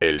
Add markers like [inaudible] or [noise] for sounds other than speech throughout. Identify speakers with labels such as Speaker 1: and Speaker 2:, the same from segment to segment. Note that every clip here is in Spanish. Speaker 1: El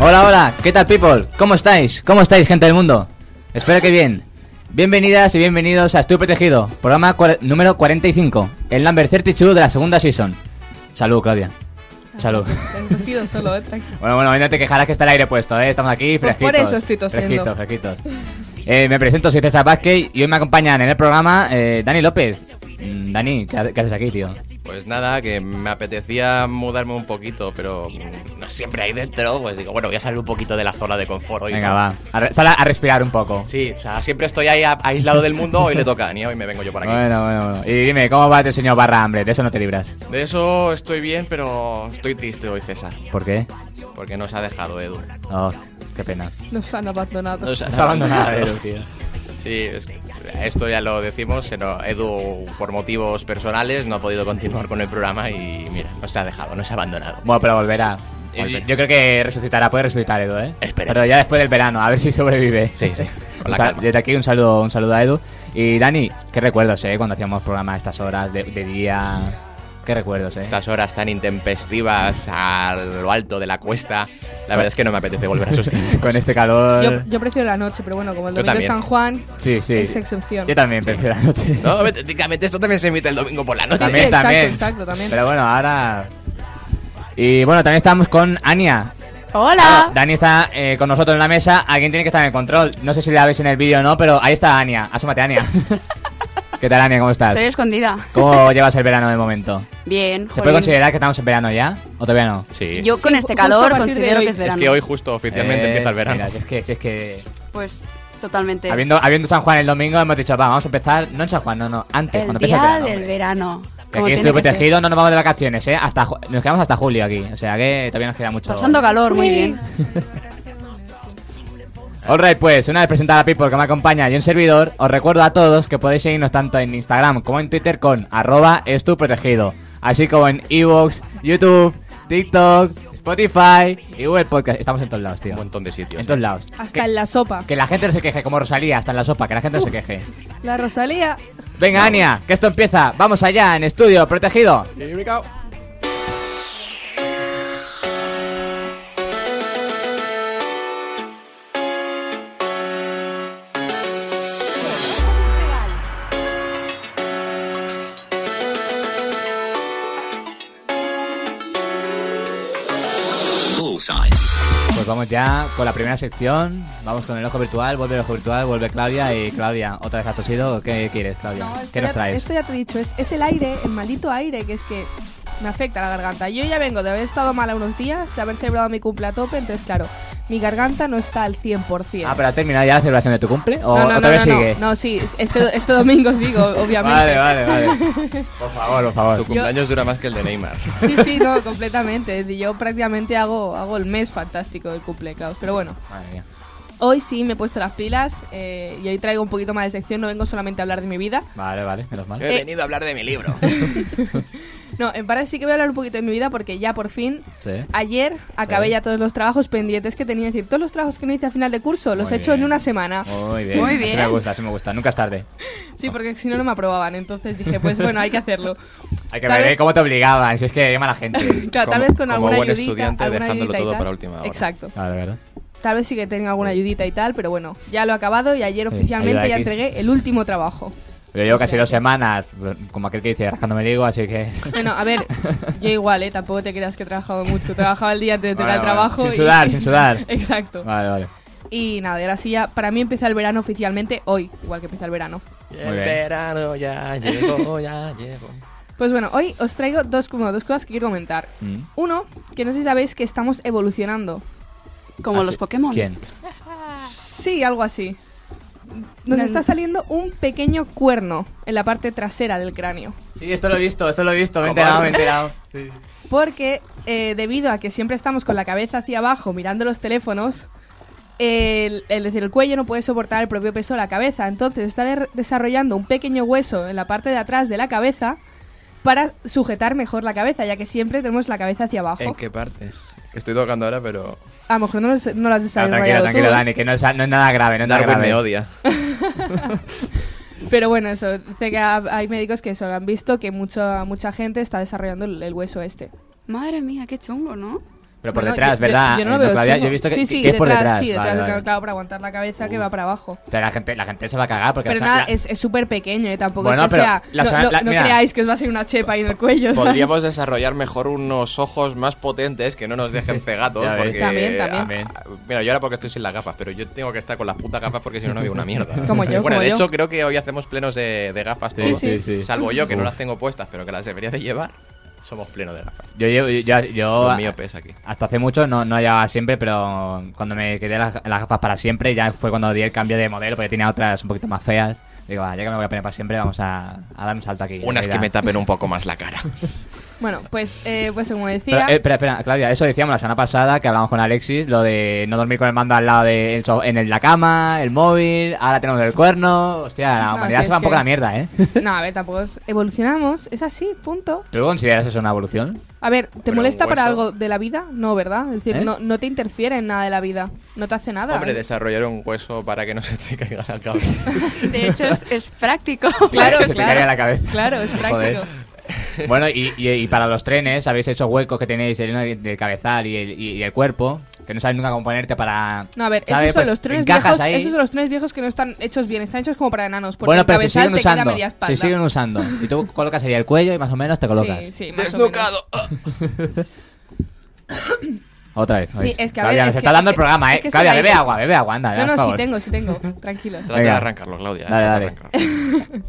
Speaker 2: Hola, hola, ¿qué tal people? ¿Cómo estáis? ¿Cómo estáis, gente del mundo? Espero que bien. Bienvenidas y bienvenidos a Estoy Protegido, programa cua- número 45, el number 32 de la segunda season. Salud, Claudia.
Speaker 3: Ah.
Speaker 2: Salud.
Speaker 3: Tosido solo, eh, tranquilo.
Speaker 2: Bueno, bueno, no te quejarás que está el aire puesto, ¿eh? Estamos aquí
Speaker 3: Pues
Speaker 2: fresquitos.
Speaker 3: por eso estoy tosiendo.
Speaker 2: Fresquitos, fresquitos. Eh, me presento, soy César Vázquez y hoy me acompañan en el programa eh, Dani López. Mm, Dani, ¿qué, ha- qué haces aquí, tío?
Speaker 4: Pues nada, que me apetecía mudarme un poquito, pero mm, no siempre ahí dentro, pues digo, bueno, voy a salir un poquito de la zona de confort hoy.
Speaker 2: Venga,
Speaker 4: ¿no?
Speaker 2: va. A re- sal a, a respirar un poco.
Speaker 4: Sí, o sea, siempre estoy ahí a- aislado del mundo, hoy le toca, ni hoy me vengo yo por aquí.
Speaker 2: Bueno, bueno, bueno. Y dime, ¿cómo va el señor Barra Hambre? De eso no te libras.
Speaker 4: De eso estoy bien, pero estoy triste hoy, César,
Speaker 2: ¿Por qué?
Speaker 4: porque nos ha dejado Edu.
Speaker 2: Oh, qué pena.
Speaker 3: Nos han abandonado.
Speaker 4: Nos
Speaker 2: Has abandonado, Edu, tío.
Speaker 4: Sí, es- esto ya lo decimos, pero Edu, por motivos personales, no ha podido continuar con el programa y mira, nos ha dejado, nos ha abandonado.
Speaker 2: Bueno, pero volverá.
Speaker 4: Volverá.
Speaker 2: Yo creo que resucitará, puede resucitar Edu, ¿eh?
Speaker 4: Esperemos.
Speaker 2: Pero ya después del verano, a ver si sobrevive.
Speaker 4: Sí,
Speaker 2: [laughs]
Speaker 4: sí, con
Speaker 2: Un
Speaker 4: la
Speaker 2: sal-
Speaker 4: calma.
Speaker 2: Desde aquí un saludo, un saludo a Edu. Y Dani, qué recuerdos, ¿eh? Cuando hacíamos programas a estas horas de, de día. Qué recuerdos, ¿eh?
Speaker 4: estas horas tan intempestivas a lo alto de la cuesta, la verdad es que no me apetece volver a
Speaker 2: [laughs]
Speaker 4: esos tiempos.
Speaker 2: Con este
Speaker 3: Yo,
Speaker 2: calor.
Speaker 3: yo prefiero la noche, pero bueno, como el
Speaker 4: Yo
Speaker 3: domingo es
Speaker 4: también.
Speaker 3: San Juan,
Speaker 2: Sí, sí.
Speaker 3: es excepción.
Speaker 2: Yo también prefiero la noche.
Speaker 4: No, técnicamente esto también se emite el domingo por la noche.
Speaker 2: También,
Speaker 3: Sí, exacto,
Speaker 2: también.
Speaker 3: exacto, también.
Speaker 2: Pero bueno, ahora. Y bueno, también estamos con Ania.
Speaker 5: ¡Hola!
Speaker 6: Ah.
Speaker 2: Dani está eh, con nosotros en la mesa. Alguien tiene que estar en el control. No sé si la veis en el vídeo o no, pero ahí está Ania. Asómate,
Speaker 6: [laughs]
Speaker 2: Ania. ¿Qué tal, Ania? ¿Cómo estás?
Speaker 6: Estoy escondida.
Speaker 2: ¿Cómo
Speaker 6: [laughs]
Speaker 2: llevas el verano de momento?
Speaker 6: Bien.
Speaker 2: ¿Se puede
Speaker 6: jolín.
Speaker 2: considerar que estamos en verano ya? ¿O todavía no?
Speaker 4: Sí.
Speaker 6: Yo con
Speaker 3: Sí, ju- justo
Speaker 6: este
Speaker 3: a
Speaker 6: calor
Speaker 3: partir de
Speaker 6: considero
Speaker 3: hoy.
Speaker 6: que es verano.
Speaker 4: Es que hoy justo oficialmente
Speaker 2: Eh,
Speaker 4: empieza el verano.
Speaker 2: mira, si es que, si es que
Speaker 6: Pues totalmente.
Speaker 2: habiendo, habiendo San Juan el domingo hemos dicho, va, vamos a empezar, no en San Juan, no, no, antes,
Speaker 6: el
Speaker 2: cuando
Speaker 6: día
Speaker 2: empieza el verano.
Speaker 6: del
Speaker 2: hombre.
Speaker 6: verano.
Speaker 2: Que
Speaker 6: como
Speaker 2: aquí
Speaker 6: tiene
Speaker 2: estoy
Speaker 6: que ser.
Speaker 2: protegido, no nos vamos de vacaciones, ¿eh? Hasta, ju- nos quedamos hasta julio aquí, o sea que todavía nos queda mucho.
Speaker 6: Pasando calor, muy bien.
Speaker 2: Alright, pues una vez presentada a People que me acompaña y un servidor, os recuerdo a todos que podéis seguirnos tanto en Instagram como en Twitter con arroba estuprotegido, así como en Evox, YouTube, TikTok, Spotify y Google Podcast. Estamos en todos lados, tío.
Speaker 4: Un montón de sitios.
Speaker 2: En todos lados.
Speaker 3: Hasta
Speaker 2: que,
Speaker 3: en la sopa.
Speaker 2: que la gente no se queje, como Rosalía, hasta en la sopa, que la gente no se queje.
Speaker 3: La Rosalía.
Speaker 2: Venga, Ania, que esto empieza. Vamos allá, en estudio, protegido.
Speaker 4: ¿eh?
Speaker 2: Pues vamos ya con la primera sección. Vamos con el ojo virtual, vuelve el ojo virtual, vuelve Claudia y Claudia, otra vez has tosido. ¿Qué quieres, Claudia?
Speaker 3: No,
Speaker 2: ¿Qué
Speaker 3: esto
Speaker 2: nos
Speaker 3: ya-
Speaker 2: traes?
Speaker 3: Esto ya te he dicho, es, es el aire, el maldito aire, que es que me afecta la garganta. Yo ya vengo de haber estado mala unos días, de haber celebrado mi cumple a tope, entonces claro, mi garganta no está al 100%.
Speaker 2: Ah, pero ha terminado ya la celebración de tu cumple o
Speaker 3: no, no, no,
Speaker 2: otra vez
Speaker 3: no, no,
Speaker 2: sigue.
Speaker 3: no, sí, este, este
Speaker 2: [laughs]
Speaker 3: domingo sigo, obviamente.
Speaker 2: Vale, vale, vale.
Speaker 3: [laughs]
Speaker 2: Por favor, por
Speaker 4: Tu
Speaker 2: favor.
Speaker 4: cumpleaños dura más que el de
Speaker 2: [laughs]
Speaker 4: Neymar.
Speaker 3: Sí, sí, no, completamente. Es decir, Yo prácticamente hago, hago el mes fantástico del cumple, Klaus. Pero bueno,
Speaker 2: Madre mía.
Speaker 3: hoy sí me he puesto las pilas eh, y hoy traigo un poquito más de sección. No vengo solamente a hablar de mi vida.
Speaker 2: Vale, vale, menos mal.
Speaker 3: Eh.
Speaker 4: He venido a hablar de mi
Speaker 2: [laughs]
Speaker 4: libro.
Speaker 3: No, en parte sí que voy a hablar un poquito de mi vida porque ya por fin,
Speaker 2: Sí.
Speaker 3: ayer, acabé
Speaker 2: Sí.
Speaker 3: ya todos los trabajos pendientes que tenía. Es decir, todos los trabajos que no hice a final de curso los
Speaker 2: Muy
Speaker 3: he hecho en
Speaker 2: bien.
Speaker 3: una semana.
Speaker 4: Oh.
Speaker 2: Muy bien.
Speaker 6: Muy
Speaker 2: Así
Speaker 6: bien.
Speaker 2: me gusta, así me gusta. Nunca es tarde.
Speaker 3: Sí, porque si no, no me aprobaban. Entonces dije, pues bueno, hay que
Speaker 4: [laughs]
Speaker 3: hacerlo.
Speaker 2: Hay que
Speaker 3: Tal
Speaker 2: ver
Speaker 3: vez-
Speaker 2: ¿eh? cómo te obligaban, si es que llama la gente.
Speaker 3: [laughs] Claro, tal
Speaker 4: Como-
Speaker 3: vez con
Speaker 4: como
Speaker 3: alguna
Speaker 4: buen
Speaker 3: ayudita,
Speaker 4: estudiante,
Speaker 3: alguna
Speaker 4: dejándolo
Speaker 3: ayudita y
Speaker 4: todo
Speaker 3: tal.
Speaker 4: para última hora.
Speaker 3: Exacto.
Speaker 2: Vale, verdad.
Speaker 3: Tal vez sí que tenga alguna ayudita y tal, pero bueno, ya lo he acabado y ayer
Speaker 2: Sí,
Speaker 3: oficialmente
Speaker 2: ayuda
Speaker 3: ya
Speaker 2: X.
Speaker 3: entregué el último trabajo.
Speaker 2: Yo llevo casi dos semanas, como aquel que dice, rascándome el higo, así
Speaker 3: [laughs]
Speaker 2: que...
Speaker 3: Bueno, a ver, yo igual, ¿eh? Tampoco te creas que he trabajado mucho. Trabajaba el día antes de tener
Speaker 2: Vale,
Speaker 3: el
Speaker 2: vale.
Speaker 3: trabajo.
Speaker 2: Sin
Speaker 3: y-
Speaker 2: sudar, sin sudar.
Speaker 3: [laughs] Exacto.
Speaker 2: Vale, vale.
Speaker 3: Y nada, y ahora sí ya, para mí empieza el verano oficialmente hoy, igual que empieza el verano.
Speaker 4: Y
Speaker 2: Muy
Speaker 4: el
Speaker 2: bien.
Speaker 4: verano ya llegó, ya llegó.
Speaker 3: Pues bueno, hoy os traigo dos, como dos cosas que quiero comentar.
Speaker 2: Mm.
Speaker 3: Uno, que no sé si sabéis que estamos evolucionando.
Speaker 6: Como
Speaker 2: Ah,
Speaker 6: los
Speaker 2: sí.
Speaker 6: Pokémon.
Speaker 2: ¿Quién?
Speaker 3: Sí, algo así. nos
Speaker 6: No,
Speaker 3: está
Speaker 6: no.
Speaker 3: saliendo un pequeño cuerno en la parte trasera del cráneo.
Speaker 2: Sí, esto lo he visto, esto lo he visto, me he
Speaker 3: [laughs]
Speaker 4: ¿Cómo?
Speaker 2: enterado, me he enterado. Sí.
Speaker 3: Porque eh, debido a que siempre estamos con la cabeza hacia abajo mirando los teléfonos, el, el- es decir, el cuello no puede soportar el propio peso de la cabeza. Entonces está de- desarrollando un pequeño hueso en la parte de atrás de la cabeza para sujetar mejor la cabeza, ya que siempre tenemos la cabeza hacia abajo.
Speaker 4: ¿En qué parte? Estoy tocando ahora, pero.
Speaker 3: A lo mejor no, lo- no lo has
Speaker 2: No,
Speaker 3: desarrollado
Speaker 2: tranquilo,
Speaker 3: tú.
Speaker 2: tranquilo, Dani, que no es, no es nada grave, no es nada
Speaker 4: Darwin
Speaker 2: grave.
Speaker 4: me odia.
Speaker 3: Pero bueno, eso, dice que ha- hay médicos que eso lo han visto, que mucha mucha gente está desarrollando el, el hueso este.
Speaker 6: Madre mía, qué chungo, ¿no?
Speaker 2: [laughs] Pero por
Speaker 3: Bueno,
Speaker 2: detrás,
Speaker 3: yo- yo-
Speaker 2: ¿verdad?
Speaker 3: Yo, no lo
Speaker 2: Eh,
Speaker 3: veo
Speaker 2: Claudia,
Speaker 3: chungo.
Speaker 2: yo he visto que,
Speaker 3: sí, sí,
Speaker 2: que es por
Speaker 3: detrás,
Speaker 2: detrás.
Speaker 3: sí, detrás,
Speaker 2: vale,
Speaker 3: claro,
Speaker 2: vale.
Speaker 3: claro, para aguantar la cabeza que
Speaker 2: Uf.
Speaker 3: va para abajo.
Speaker 2: O sea, La gente, la gente se va a cagar porque...
Speaker 3: Pero
Speaker 2: o sea,
Speaker 3: nada,
Speaker 2: la-
Speaker 3: es es súper pequeño, ¿eh? tampoco
Speaker 2: Bueno,
Speaker 3: es que
Speaker 2: pero
Speaker 3: sea...
Speaker 2: la
Speaker 3: no-
Speaker 2: semana-
Speaker 3: no,
Speaker 2: la-
Speaker 3: no
Speaker 2: mira.
Speaker 3: creáis que os va a salir una chepa ahí en el [laughs] cuello. ¿sabes?
Speaker 4: Podríamos desarrollar mejor unos ojos más potentes que no nos dejen cegatos.
Speaker 2: Ya ves.
Speaker 4: porque...
Speaker 3: También, también.
Speaker 4: Amén. Mira, yo ahora porque estoy sin las gafas, pero yo tengo que estar con las putas gafas porque si no, no veo una mierda.
Speaker 3: Como yo,
Speaker 4: Bueno,
Speaker 3: como
Speaker 4: de
Speaker 3: yo.
Speaker 4: hecho, creo que hoy hacemos plenos de, de gafas
Speaker 2: Sí,
Speaker 4: todos.
Speaker 3: sí,
Speaker 2: sí.
Speaker 4: Salvo yo, que no
Speaker 2: Uf.
Speaker 4: las tengo puestas, pero que las debería de llevar. Somos plenos de gafas.
Speaker 2: Yo llevo... Yo, yo-
Speaker 4: Los miopes aquí.
Speaker 2: hasta hace mucho no, no llevaba siempre, pero cuando me quedé las, las gafas para siempre, ya fue cuando di el cambio de modelo, porque tenía otras un poquito más feas. Digo, "Va, ya que me voy a poner para siempre, vamos a, a dar un salto aquí.
Speaker 4: Unas que
Speaker 2: Mira.
Speaker 4: me tapen un poco más la cara.
Speaker 3: Bueno, pues, eh, pues como
Speaker 2: Pero,
Speaker 3: decía...
Speaker 2: eh, espera, espera, Claudia, eso decíamos la semana pasada que hablamos con Alexis, lo de no dormir con el mando al lado de el so- en el- la cama, el móvil, ahora tenemos el cuerno, hostia, la
Speaker 3: No,
Speaker 2: humanidad
Speaker 3: si
Speaker 2: se va
Speaker 3: es
Speaker 2: un poco
Speaker 3: que-
Speaker 2: a la mierda,
Speaker 3: [laughs]
Speaker 2: ¿eh?
Speaker 3: No, a ver, tampoco es- evolucionamos, es así, punto.
Speaker 2: ¿Tú consideras eso una evolución?
Speaker 3: A ver, ¿te
Speaker 4: Pero
Speaker 3: molesta
Speaker 4: un
Speaker 3: para
Speaker 4: hueso-
Speaker 3: algo de la vida? No, ¿verdad? Es decir,
Speaker 2: ¿Eh?
Speaker 3: no, no te interfiere en nada de la vida, no te hace nada. eh.
Speaker 4: Hombre, desarrollar un hueso para que no se te caiga la cabeza.
Speaker 6: De hecho, es, es práctico.
Speaker 3: [laughs]
Speaker 6: [laughs]
Speaker 3: Claro,
Speaker 2: [laughs] Se te
Speaker 3: claro.
Speaker 2: caería la cabeza.
Speaker 3: Claro, es práctico.
Speaker 2: Joder. Bueno, y, y- y para los trenes, habéis hecho huecos que tenéis lleno de- del cabezal y el, y- y el cuerpo, que no sabes nunca cómo ponerte para...
Speaker 3: No, a ver, esos,
Speaker 2: ¿sabes?
Speaker 3: son
Speaker 2: Pues
Speaker 3: los trenes
Speaker 2: encajas
Speaker 3: viejos,
Speaker 2: ahí.
Speaker 3: esos son los trenes viejos que no están hechos bien, están hechos como para enanos, porque
Speaker 2: Bueno,
Speaker 3: el
Speaker 2: pero se
Speaker 3: cabezal
Speaker 2: siguen
Speaker 3: te queda
Speaker 2: usando,
Speaker 3: media espalda.
Speaker 2: se siguen usando. Y tú colocas ahí el cuello y más o menos te colocas.
Speaker 3: Sí, sí, más o menos.
Speaker 4: ¡Desnucado!
Speaker 2: Otra vez.
Speaker 3: Sí,
Speaker 2: ¿veis?
Speaker 3: es que a
Speaker 2: Claudia,
Speaker 3: ver,
Speaker 2: nos
Speaker 3: es
Speaker 2: está
Speaker 3: que-
Speaker 2: dando el
Speaker 3: es que-
Speaker 2: programa,
Speaker 3: es
Speaker 2: ¿eh?
Speaker 3: que se
Speaker 2: Claudia,
Speaker 3: me ha
Speaker 2: bebe
Speaker 3: ido.
Speaker 2: agua, bebe agua, anda.
Speaker 3: No,
Speaker 2: por
Speaker 3: no, sí
Speaker 2: favor.
Speaker 3: tengo, sí tengo. Tranquilo.
Speaker 4: Trata de
Speaker 2: Venga.
Speaker 4: arrancarlo, Claudia. eh,
Speaker 2: Dale,
Speaker 4: trata de
Speaker 2: dale.
Speaker 4: arrancarlo.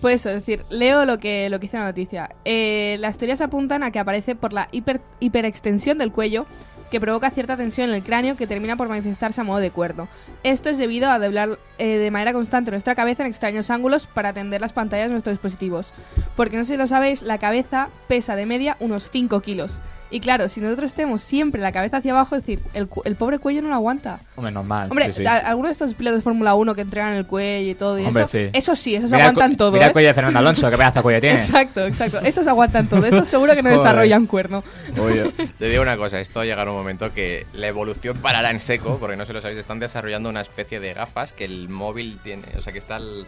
Speaker 3: Pues eso, es decir, leo lo que, lo que dice la noticia. Eh, las teorías apuntan a que aparece por la hiper- hiperextensión del cuello que provoca cierta tensión en el cráneo que termina por manifestarse a modo de cuerno. Esto es debido a doblar eh, de manera constante nuestra cabeza en extraños ángulos para atender las pantallas de nuestros dispositivos. Porque no sé si lo sabéis, la cabeza pesa de media unos 5 kilos. Y claro, si nosotros tenemos siempre la cabeza hacia abajo, es decir, el, cu- el pobre cuello no lo aguanta.
Speaker 2: Hombre, normal.
Speaker 3: Hombre,
Speaker 2: sí, sí.
Speaker 3: a- algunos de estos pilotos de Fórmula 1 que entregan el cuello y todo y
Speaker 2: Hombre,
Speaker 3: eso,
Speaker 2: sí.
Speaker 3: eso sí, esos
Speaker 2: Mira el cu-
Speaker 3: aguantan todo.
Speaker 2: Mira el
Speaker 3: ¿eh?
Speaker 2: cuello de Fernando Alonso, qué pedazo de cuello tiene.
Speaker 3: Exacto, exacto. Esos aguantan todo. Esos seguro que no
Speaker 2: Joder.
Speaker 3: desarrollan cuerno.
Speaker 4: [laughs] Te digo una cosa, esto llegará un momento que la evolución parará en seco, porque no se lo sabéis, están desarrollando una especie de gafas que el móvil tiene, o sea que está el-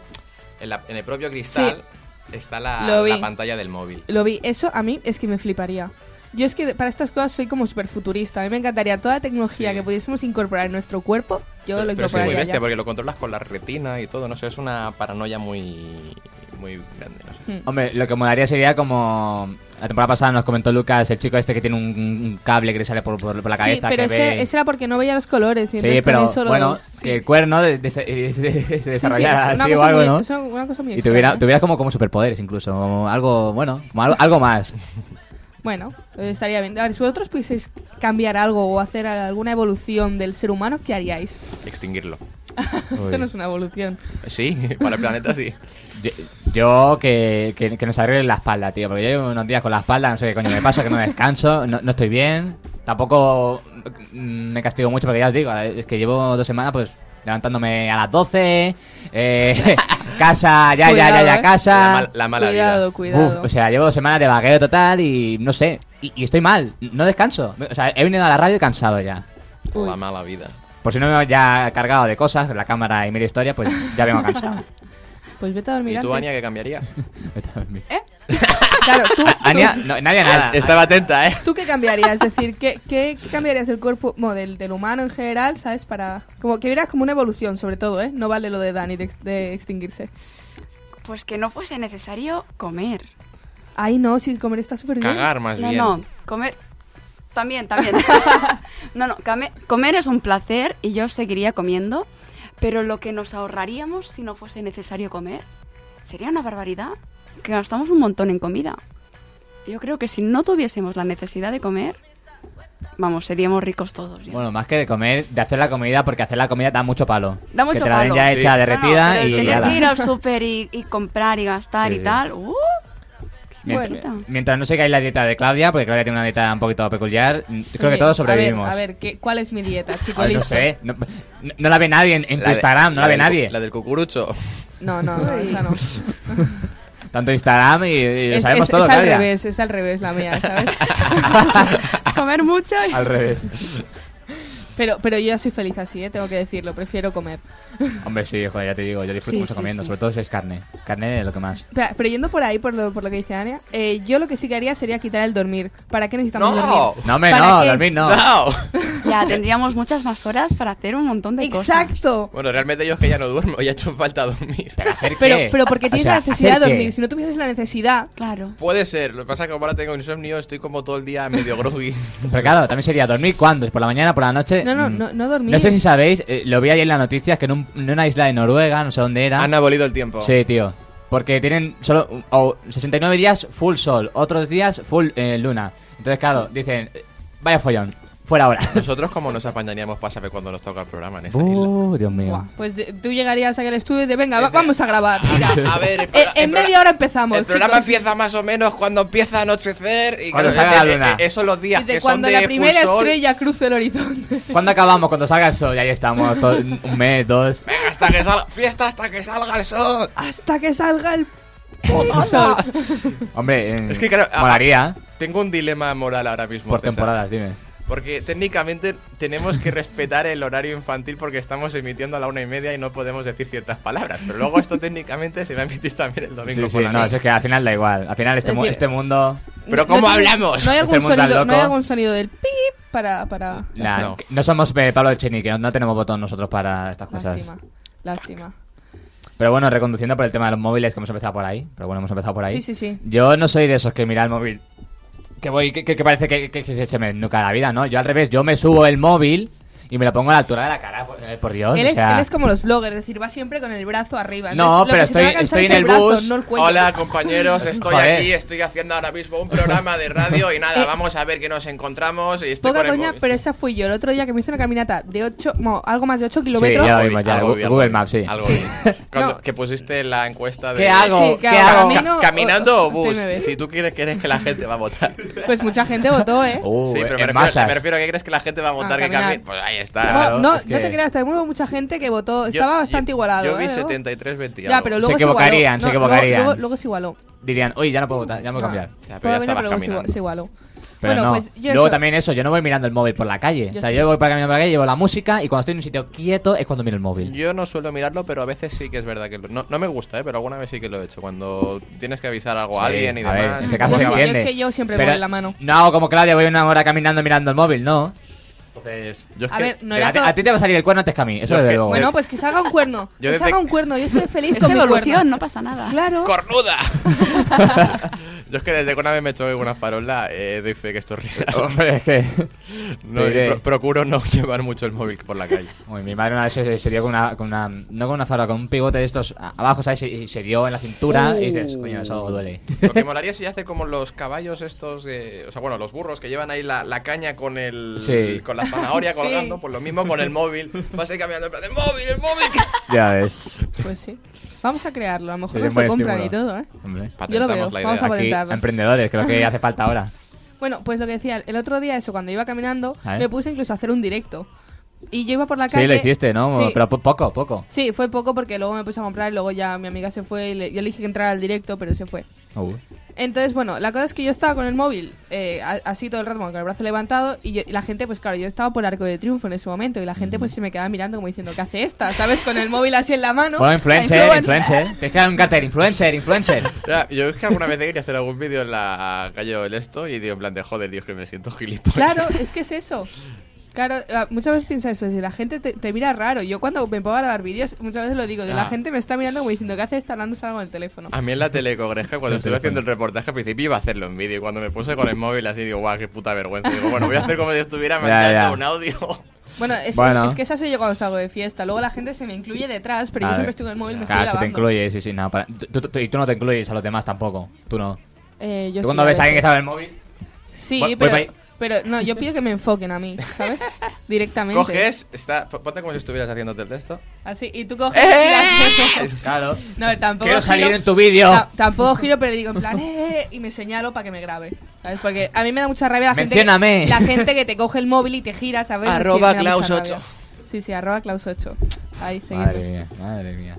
Speaker 4: en, la- en el propio cristal, está la,
Speaker 3: Lo vi.
Speaker 4: la pantalla del móvil.
Speaker 3: Lo vi. Eso a mí es que me fliparía. Yo es que de- para estas cosas soy como súper futurista. A mí me encantaría toda la tecnología
Speaker 4: Sí.
Speaker 3: que pudiésemos incorporar en nuestro cuerpo. Yo lo
Speaker 4: Pero es muy
Speaker 3: incorporaría.
Speaker 4: bestia,
Speaker 3: ya.
Speaker 4: porque lo controlas con la retina y todo, no sé, es una paranoia muy, muy grande. no sé.
Speaker 2: Hombre, lo que molaría sería como. La temporada pasada nos comentó Lucas, el chico este que tiene un, un cable que le sale por, por- por la
Speaker 3: Sí,
Speaker 2: cabeza.
Speaker 3: pero
Speaker 2: que
Speaker 3: ese,
Speaker 2: ve-
Speaker 3: ese era porque no veía los colores. Y
Speaker 2: Sí,
Speaker 3: entonces con
Speaker 2: pero
Speaker 3: eso los-
Speaker 2: bueno,
Speaker 3: sí.
Speaker 2: que el cuerno de- de- de- de- se
Speaker 3: Sí, sí,
Speaker 2: desarrollara
Speaker 3: es una
Speaker 2: así o
Speaker 3: cosa
Speaker 2: algo,
Speaker 3: muy-
Speaker 2: ¿no?
Speaker 3: es una- ¿eh? una cosa muy
Speaker 2: Y tuviera,
Speaker 3: extraña.
Speaker 2: tuvieras como, como superpoderes incluso, como algo, bueno, como algo, algo más.
Speaker 3: Bueno, eh, estaría bien. A ver, si vosotros pudieseis cambiar algo o hacer alguna evolución del ser humano, ¿qué haríais? [laughs]
Speaker 4: Extinguirlo.
Speaker 3: Eso no es una evolución.
Speaker 4: Sí, [laughs] para el planeta sí.
Speaker 2: Yo, yo que, que, que nos arreglen la espalda, tío, porque yo llevo unos días con la espalda, no sé qué coño me pasa, que no descanso, no, no estoy bien, tampoco mm, me castigo mucho porque ya os digo, es que llevo dos semanas pues levantándome a las 12, eh, [laughs] casa, ya, ya, ya,
Speaker 3: Cuidado,
Speaker 2: ya,
Speaker 3: eh.
Speaker 4: La,
Speaker 2: casa.
Speaker 4: mal- la mala
Speaker 3: cuidado,
Speaker 4: vida.
Speaker 3: cuidado.
Speaker 2: Uf, pues o sea, llevo dos semanas de vaqueo total y no sé, y, y estoy mal, no descanso, o sea, he venido a la radio cansado ya.
Speaker 4: La mala vida.
Speaker 2: Por si no me ya cargado de cosas, la cámara y mil historias, pues ya vengo cansado.
Speaker 3: Pues vete a dormir
Speaker 4: ¿Y tú,
Speaker 3: antes.
Speaker 4: Ania, qué cambiaría?
Speaker 2: Vete a dormir.
Speaker 3: Claro, tú,
Speaker 2: Ania, no, nadie nada.
Speaker 4: Estaba atenta, ¿eh?
Speaker 3: ¿Tú qué cambiarías? Es decir, ¿qué, qué, qué cambiarías del cuerpo bueno, del, del humano en general, sabes? Para como que vieras como una evolución, sobre todo, ¿eh? No vale lo de Dani de, ex- de extinguirse.
Speaker 6: Pues que no fuese necesario comer.
Speaker 3: Ay, no, si comer está súper bien.
Speaker 4: Cagar más
Speaker 6: No,
Speaker 4: bien.
Speaker 6: no, comer.
Speaker 2: [laughs]
Speaker 6: También, también. no, no, came- comer es un placer y yo seguiría comiendo, pero lo que nos ahorraríamos si no fuese necesario comer sería una barbaridad. Que gastamos un montón en comida. Yo creo que si no tuviésemos la necesidad de comer, vamos, seríamos ricos todos. ya.
Speaker 2: Bueno, más que de comer, de hacer la comida, porque hacer la comida da mucho palo.
Speaker 6: Da mucho
Speaker 2: que te la den
Speaker 6: palo,
Speaker 2: ya
Speaker 4: sí.
Speaker 2: hecha,
Speaker 4: No, no,
Speaker 2: derretida
Speaker 6: pero el
Speaker 2: y
Speaker 6: tener
Speaker 2: ala.
Speaker 6: que ir al súper y, y comprar y gastar
Speaker 2: Sí,
Speaker 6: y
Speaker 2: sí.
Speaker 6: tal. ¡uh!
Speaker 2: Mientras,
Speaker 6: Bueno.
Speaker 2: mientras no se caiga la dieta de Claudia, porque Claudia tiene una dieta un poquito peculiar, mm, creo que
Speaker 3: Oye,
Speaker 2: todos sobrevivimos.
Speaker 3: A ver, a ver ¿qué- ¿cuál es mi dieta, chicos?
Speaker 2: Ay, no sé, no, no- no la ve nadie en, en tu
Speaker 4: de-
Speaker 2: Instagram, no la, ve
Speaker 4: del cu-
Speaker 2: nadie.
Speaker 4: La del cucurucho.
Speaker 3: No, no, no, esa
Speaker 2: [laughs]
Speaker 3: no. Es,
Speaker 2: Tanto Instagram y, y lo sabemos
Speaker 3: es-
Speaker 2: todos,
Speaker 3: es al
Speaker 2: Claudia.
Speaker 3: revés, es al revés la
Speaker 2: [laughs]
Speaker 3: mía, ¿sabes?
Speaker 6: Comer mucho y...
Speaker 2: Al revés.
Speaker 3: Pero, pero yo ya soy feliz así, ¿eh? tengo que decirlo, prefiero comer.
Speaker 2: Hombre, sí, joder, ya te digo, yo disfruto
Speaker 6: Sí,
Speaker 2: mucho
Speaker 6: sí,
Speaker 2: comiendo,
Speaker 6: sí.
Speaker 2: sobre todo si es carne. Carne es lo que más.
Speaker 3: Pero, pero yendo por ahí, por lo, por lo que dice Ania, eh, yo lo que sí que haría sería quitar el dormir. ¿Para qué necesitamos
Speaker 4: ¡No!
Speaker 3: dormir?
Speaker 2: No, hombre,
Speaker 3: ¿Para
Speaker 2: no,
Speaker 3: qué?
Speaker 2: dormir no.
Speaker 4: ¡No! [laughs]
Speaker 6: Ya, tendríamos muchas más horas para hacer un montón de cosas.
Speaker 3: Exacto.
Speaker 4: Bueno, realmente yo es que ya no duermo, ya he hecho falta dormir.
Speaker 2: ¿Pero hacer qué?
Speaker 3: Pero, pero porque
Speaker 2: Eh, O
Speaker 3: tienes
Speaker 2: sea,
Speaker 3: la necesidad
Speaker 2: ¿hacer
Speaker 3: de
Speaker 2: qué?
Speaker 3: dormir. Si no tuvieses la necesidad,
Speaker 6: Claro.
Speaker 4: Puede ser, lo que pasa es que como ahora tengo insomnio, estoy como todo el día medio groggy.
Speaker 2: Pero claro, también sería dormir cuándo, por la mañana, por la noche.
Speaker 3: No, no,
Speaker 2: Mm.
Speaker 3: no- no dormir.
Speaker 2: No sé si sabéis, eh, lo vi ayer en las noticias que en, un- en una isla de Noruega, no sé dónde era.
Speaker 4: Han abolido el tiempo.
Speaker 2: Sí, tío. Porque tienen solo o 69 días full sol, otros días full eh, luna. Entonces, claro, dicen, eh, vaya follón, fuera
Speaker 3: [laughs]
Speaker 2: ahora. [laughs]
Speaker 4: Nosotros como nos apañaríamos para saber cuándo nos toca el programa en esa isla.
Speaker 2: Uh, Dios mío.
Speaker 3: Buah, pues de- tú llegarías aquí al estudio y de venga, va- vamos a grabar. Mira,
Speaker 4: A ver, el
Speaker 3: Eh,
Speaker 4: progra-
Speaker 3: en
Speaker 4: el progra-
Speaker 3: media hora empezamos.
Speaker 4: El programa
Speaker 3: chicos.
Speaker 4: empieza más o menos cuando empieza a anochecer y
Speaker 2: Cuando
Speaker 4: claro,
Speaker 2: salga la
Speaker 4: eh,
Speaker 2: luna.
Speaker 4: eh, esos los días
Speaker 3: Y de
Speaker 4: que son
Speaker 3: cuando
Speaker 4: de
Speaker 3: la primera
Speaker 4: full sol.
Speaker 3: estrella cruce el horizonte.
Speaker 2: ¿Cuándo acabamos? Cuando salga el sol, y ahí estamos, todo- un mes, dos.
Speaker 4: Venga, hasta que salga, fiesta hasta que salga el
Speaker 2: [laughs]
Speaker 4: sol.
Speaker 3: [laughs] Hasta que salga el puto sol.
Speaker 2: Hombre, eh,
Speaker 4: Es que, claro, a-
Speaker 2: molaría
Speaker 4: Tengo un dilema moral ahora mismo.
Speaker 2: por
Speaker 4: César.
Speaker 2: temporadas, dime.
Speaker 4: Porque técnicamente tenemos que respetar el horario infantil porque estamos emitiendo a la una y media y no podemos decir ciertas palabras. Pero luego esto técnicamente se va a emitir también el domingo
Speaker 2: Sí,
Speaker 4: por
Speaker 2: sí,
Speaker 4: la
Speaker 2: no,
Speaker 4: noche.
Speaker 2: es que al final da igual. Al final este,
Speaker 3: Es
Speaker 2: mu-
Speaker 3: decir-
Speaker 2: este mundo...
Speaker 4: Pero
Speaker 3: No
Speaker 4: ¿cómo
Speaker 3: tiene-
Speaker 4: hablamos?
Speaker 3: No hay algún,
Speaker 2: Este mundo
Speaker 3: sonido,
Speaker 2: es
Speaker 3: no hay
Speaker 2: loco.
Speaker 3: algún sonido del pip para. para...
Speaker 2: nah,
Speaker 4: No.
Speaker 2: que- no. somos eh, Pablo Echenique, no, no tenemos botón nosotros para estas cosas.
Speaker 3: Lástima. Lástima.
Speaker 2: Pero bueno, reconduciendo por el tema de los móviles, que hemos empezado por ahí. Pero bueno, hemos empezado por ahí.
Speaker 3: Sí, sí, sí.
Speaker 2: Yo no soy de esos que mira el móvil. Que voy, que, que- que parece que, que- que se me nuca la vida, ¿no? Yo al revés, yo me subo el móvil y me lo pongo a la altura de la cara, por, eh, por Dios.
Speaker 3: Él
Speaker 2: o
Speaker 3: es,
Speaker 2: sea,
Speaker 3: él es como los bloggers, es decir, va siempre con el brazo arriba.
Speaker 2: No,
Speaker 3: Entonces, lo
Speaker 2: pero
Speaker 3: que se te va a
Speaker 2: estoy-
Speaker 3: cansar
Speaker 2: estoy
Speaker 3: es
Speaker 2: en el
Speaker 3: brazo,
Speaker 2: bus.
Speaker 3: no el cuello.
Speaker 4: Hola compañeros, estoy
Speaker 2: Joder.
Speaker 4: aquí, estoy haciendo ahora mismo un programa de radio y nada, vamos a ver qué nos encontramos. Y estoy
Speaker 3: Eh, Poca
Speaker 4: con el
Speaker 3: coña,
Speaker 4: móvil.
Speaker 3: pero esa fui yo. El otro día que me hice una caminata de 8, algo más de 8
Speaker 2: ya
Speaker 3: kilómetros.
Speaker 2: lo
Speaker 4: Algo
Speaker 2: vimos ya,
Speaker 4: vi, algo vi,
Speaker 2: Google
Speaker 4: algo vi.
Speaker 2: Maps, sí.
Speaker 4: Algo
Speaker 3: Sí.
Speaker 4: vi. Cuando-
Speaker 3: No.
Speaker 4: Que pusiste la encuesta de...
Speaker 2: ¿Qué hago?
Speaker 3: Sí,
Speaker 2: ¿Qué
Speaker 3: claro,
Speaker 2: hago?
Speaker 3: camino- o-
Speaker 4: ¿Caminando o bus?
Speaker 3: TMB.
Speaker 4: Si tú quieres, quieres que la gente va a votar.
Speaker 3: Pues mucha gente votó,
Speaker 4: [laughs]
Speaker 3: ¿eh?
Speaker 2: Uh,
Speaker 4: sí, pero
Speaker 2: en
Speaker 4: me refiero,
Speaker 2: masas.
Speaker 4: me refiero a que crees que la gente va a votar que
Speaker 3: caminar.
Speaker 4: camine. Pues ahí está.
Speaker 2: Claro,
Speaker 3: no, no,
Speaker 2: es
Speaker 3: no
Speaker 2: que-
Speaker 3: te creas, también hubo mucha gente que votó.
Speaker 4: Yo-
Speaker 3: Estaba bastante
Speaker 4: yo-
Speaker 3: igualado.
Speaker 4: Yo vi
Speaker 3: ¿eh?
Speaker 4: 73 20
Speaker 3: Ya, pero luego
Speaker 2: Se equivocarían,
Speaker 3: igualó.
Speaker 2: se
Speaker 3: No, luego-
Speaker 2: equivocarían.
Speaker 3: Luego, luego se igualó.
Speaker 2: Dirían, oye, ya no puedo votar, ya me voy a cambiar.
Speaker 4: Ya, pero
Speaker 3: Poca coña,
Speaker 4: ya
Speaker 3: pero
Speaker 4: estabas
Speaker 3: luego se
Speaker 4: caminando.
Speaker 3: igua- se igualó.
Speaker 2: Pero
Speaker 3: bueno,
Speaker 2: no.
Speaker 3: pues yo
Speaker 2: Luego
Speaker 3: eso-
Speaker 2: también eso, yo no voy mirando el móvil por la calle.
Speaker 3: Yo
Speaker 2: o sea,
Speaker 3: sí.
Speaker 2: yo voy caminando por la calle, llevo la música y cuando estoy en un sitio quieto es cuando miro el móvil.
Speaker 4: Yo no suelo mirarlo, pero a veces sí que es verdad que lo- no, no me gusta, ¿eh? pero alguna vez sí que lo he hecho. Cuando tienes que avisar algo a
Speaker 2: Sí,
Speaker 4: alguien y
Speaker 2: a ver,
Speaker 4: demás.
Speaker 2: es que
Speaker 4: y
Speaker 2: casi
Speaker 3: Yo
Speaker 2: se
Speaker 3: sí,
Speaker 4: acabas-
Speaker 3: yo
Speaker 2: entiende.
Speaker 3: es que yo siempre voy en la mano.
Speaker 2: No hago como Claudia, voy una hora caminando mirando el móvil, no. Entonces.
Speaker 4: yo es
Speaker 3: A
Speaker 4: que-
Speaker 3: ver, no
Speaker 4: eh,
Speaker 3: era
Speaker 2: a, ti,
Speaker 3: todo-
Speaker 2: a ti te va a salir el cuerno antes que a mí, eso
Speaker 4: Yo es
Speaker 2: desde
Speaker 4: que-
Speaker 2: luego. ¿eh?
Speaker 3: Bueno, pues que salga un cuerno.
Speaker 4: [laughs] Yo
Speaker 3: que
Speaker 4: desde-
Speaker 3: salga un cuerno. Yo
Speaker 4: [laughs]
Speaker 3: estoy feliz
Speaker 6: Es
Speaker 3: con mi
Speaker 6: evolución,
Speaker 3: cuerno.
Speaker 6: no pasa nada.
Speaker 3: Claro.
Speaker 4: ¡Cornuda!
Speaker 3: [laughs]
Speaker 4: yo es que desde que una vez me choqué con una farola, eh, doy fe que esto es
Speaker 3: pues-
Speaker 2: [laughs]
Speaker 4: real.
Speaker 2: Hombre, es que.
Speaker 4: No,
Speaker 2: Te
Speaker 4: y
Speaker 2: diré.
Speaker 4: pro- procuro no [laughs] llevar mucho el móvil por la calle.
Speaker 2: Uy, mi madre una vez se, se- se dio con una, con una. No con una farola, con un pivote de estos a- abajo, ¿sabes? Y, y se dio en la cintura y dices, coño, eso
Speaker 3: [laughs]
Speaker 2: duele.
Speaker 4: Lo que molaría si hace como los caballos estos, eh, o sea, bueno, los burros que llevan ahí la, la caña con el
Speaker 2: Sí.
Speaker 4: con la
Speaker 3: [laughs]
Speaker 4: zanahoria
Speaker 3: Sí.
Speaker 4: colgando, pues lo mismo con el móvil. Vas a ir caminando, pero el móvil, el
Speaker 3: [laughs]
Speaker 4: móvil. que-".
Speaker 2: Ya ves.
Speaker 3: Pues sí. Vamos a crearlo. A lo mejor
Speaker 2: Sería un
Speaker 3: nos
Speaker 2: buen
Speaker 3: lo compran y
Speaker 2: estímulo.
Speaker 3: todo, ¿eh?
Speaker 2: Hombre.
Speaker 3: Yo lo veo.
Speaker 4: Patentamos la
Speaker 3: Vamos
Speaker 4: idea.
Speaker 3: a
Speaker 2: Aquí,
Speaker 3: patentarlo.
Speaker 2: emprendedores, creo que hace falta
Speaker 3: [laughs]
Speaker 2: ahora.
Speaker 3: Bueno, pues lo que decía, el otro día eso, cuando iba caminando,
Speaker 2: A ver.
Speaker 3: me puse incluso a hacer un directo. Y yo iba por la calle...
Speaker 2: Sí, lo hiciste, ¿no?
Speaker 3: Sí.
Speaker 2: Pero po- poco, poco.
Speaker 3: Sí, fue poco porque luego me puse a comprar y luego ya mi amiga se fue y le- yo le dije que entrara al directo, pero se fue.
Speaker 2: Uy.
Speaker 3: Entonces, bueno, la cosa es que yo estaba con el móvil eh, a- así todo el rato, con el brazo levantado y, yo- y la gente, pues claro, yo estaba por Arco de Triunfo en ese momento y la gente pues se me quedaba mirando como diciendo, ¿qué hace esta? ¿Sabes? Con el móvil así en la mano.
Speaker 2: Bueno,
Speaker 3: [laughs]
Speaker 2: influencer,
Speaker 3: La
Speaker 2: influencer. Tienes que dar un cartel, influencer, influencer.
Speaker 4: Ya, yo es que alguna vez he querido hacer algún vídeo en la calle o el esto y digo, en plan de joder, Dios, que me siento gilipollas.
Speaker 2: Pues
Speaker 3: Claro, es que es eso. Claro, ah, muchas veces piensa eso, es decir, la gente te, te mira raro. Yo cuando me pongo a grabar vídeos, muchas veces lo digo, digo,
Speaker 4: Ah.
Speaker 3: la gente me está mirando como diciendo, ¿qué hace esta hablando algo en el teléfono?
Speaker 2: Ah.
Speaker 4: A mí en la telecogresca, cuando
Speaker 2: El
Speaker 4: estuve
Speaker 2: teléfono.
Speaker 4: haciendo el reportaje, al principio iba a hacerlo en vídeo. Y cuando me puse con el móvil así, digo, guau, qué puta vergüenza. Digo, bueno, voy a hacer como si
Speaker 2: [laughs]
Speaker 4: estuviera
Speaker 2: Ya,
Speaker 4: mandando
Speaker 2: ya.
Speaker 4: un audio.
Speaker 3: Bueno, es,
Speaker 2: Bueno.
Speaker 3: es que esa soy yo cuando salgo de fiesta. Luego la gente se me incluye detrás, [laughs]
Speaker 2: A
Speaker 3: pero yo
Speaker 2: ver.
Speaker 3: siempre estoy con el móvil, me
Speaker 2: Claro,
Speaker 3: estoy
Speaker 2: se te
Speaker 3: grabando.
Speaker 2: incluye, sí, sí, no, para- tú- tú- tú- y tú no te incluyes a los demás tampoco, tú no.
Speaker 3: Eh, yo
Speaker 2: Tú
Speaker 3: sí,
Speaker 2: cuando
Speaker 3: a
Speaker 2: ves a
Speaker 3: veces.
Speaker 2: alguien que está en el móvil,
Speaker 3: Sí,
Speaker 2: voy- voy
Speaker 3: pero...
Speaker 2: pa' ahí.
Speaker 3: Pero no, yo pido que me enfoquen a mí,
Speaker 2: [laughs]
Speaker 3: ¿sabes? Directamente.
Speaker 4: Coges, está, ponte como si estuvieras haciéndote el texto.
Speaker 3: Así, y tú coges.
Speaker 2: ¡Eh! [laughs]
Speaker 3: y [laughs] haces-
Speaker 2: Claro.
Speaker 3: No, tampoco.
Speaker 2: Quiero
Speaker 3: giro-
Speaker 2: salir en tu vídeo.
Speaker 3: Ta- tampoco giro, pero le digo en plan, eh, eh", y me señalo para que me grabe. ¿Sabes? Porque a mí me da mucha rabia la gente. que-
Speaker 2: Mencióname.
Speaker 3: la gente que te coge el móvil y te gira, ¿sabes? Es decir,
Speaker 4: Arroba
Speaker 3: me da mucha
Speaker 4: Klaus8.
Speaker 3: rabia. Sí, sí, arroba Klaus8. Ahí, seguimos.
Speaker 2: Madre mía, madre mía.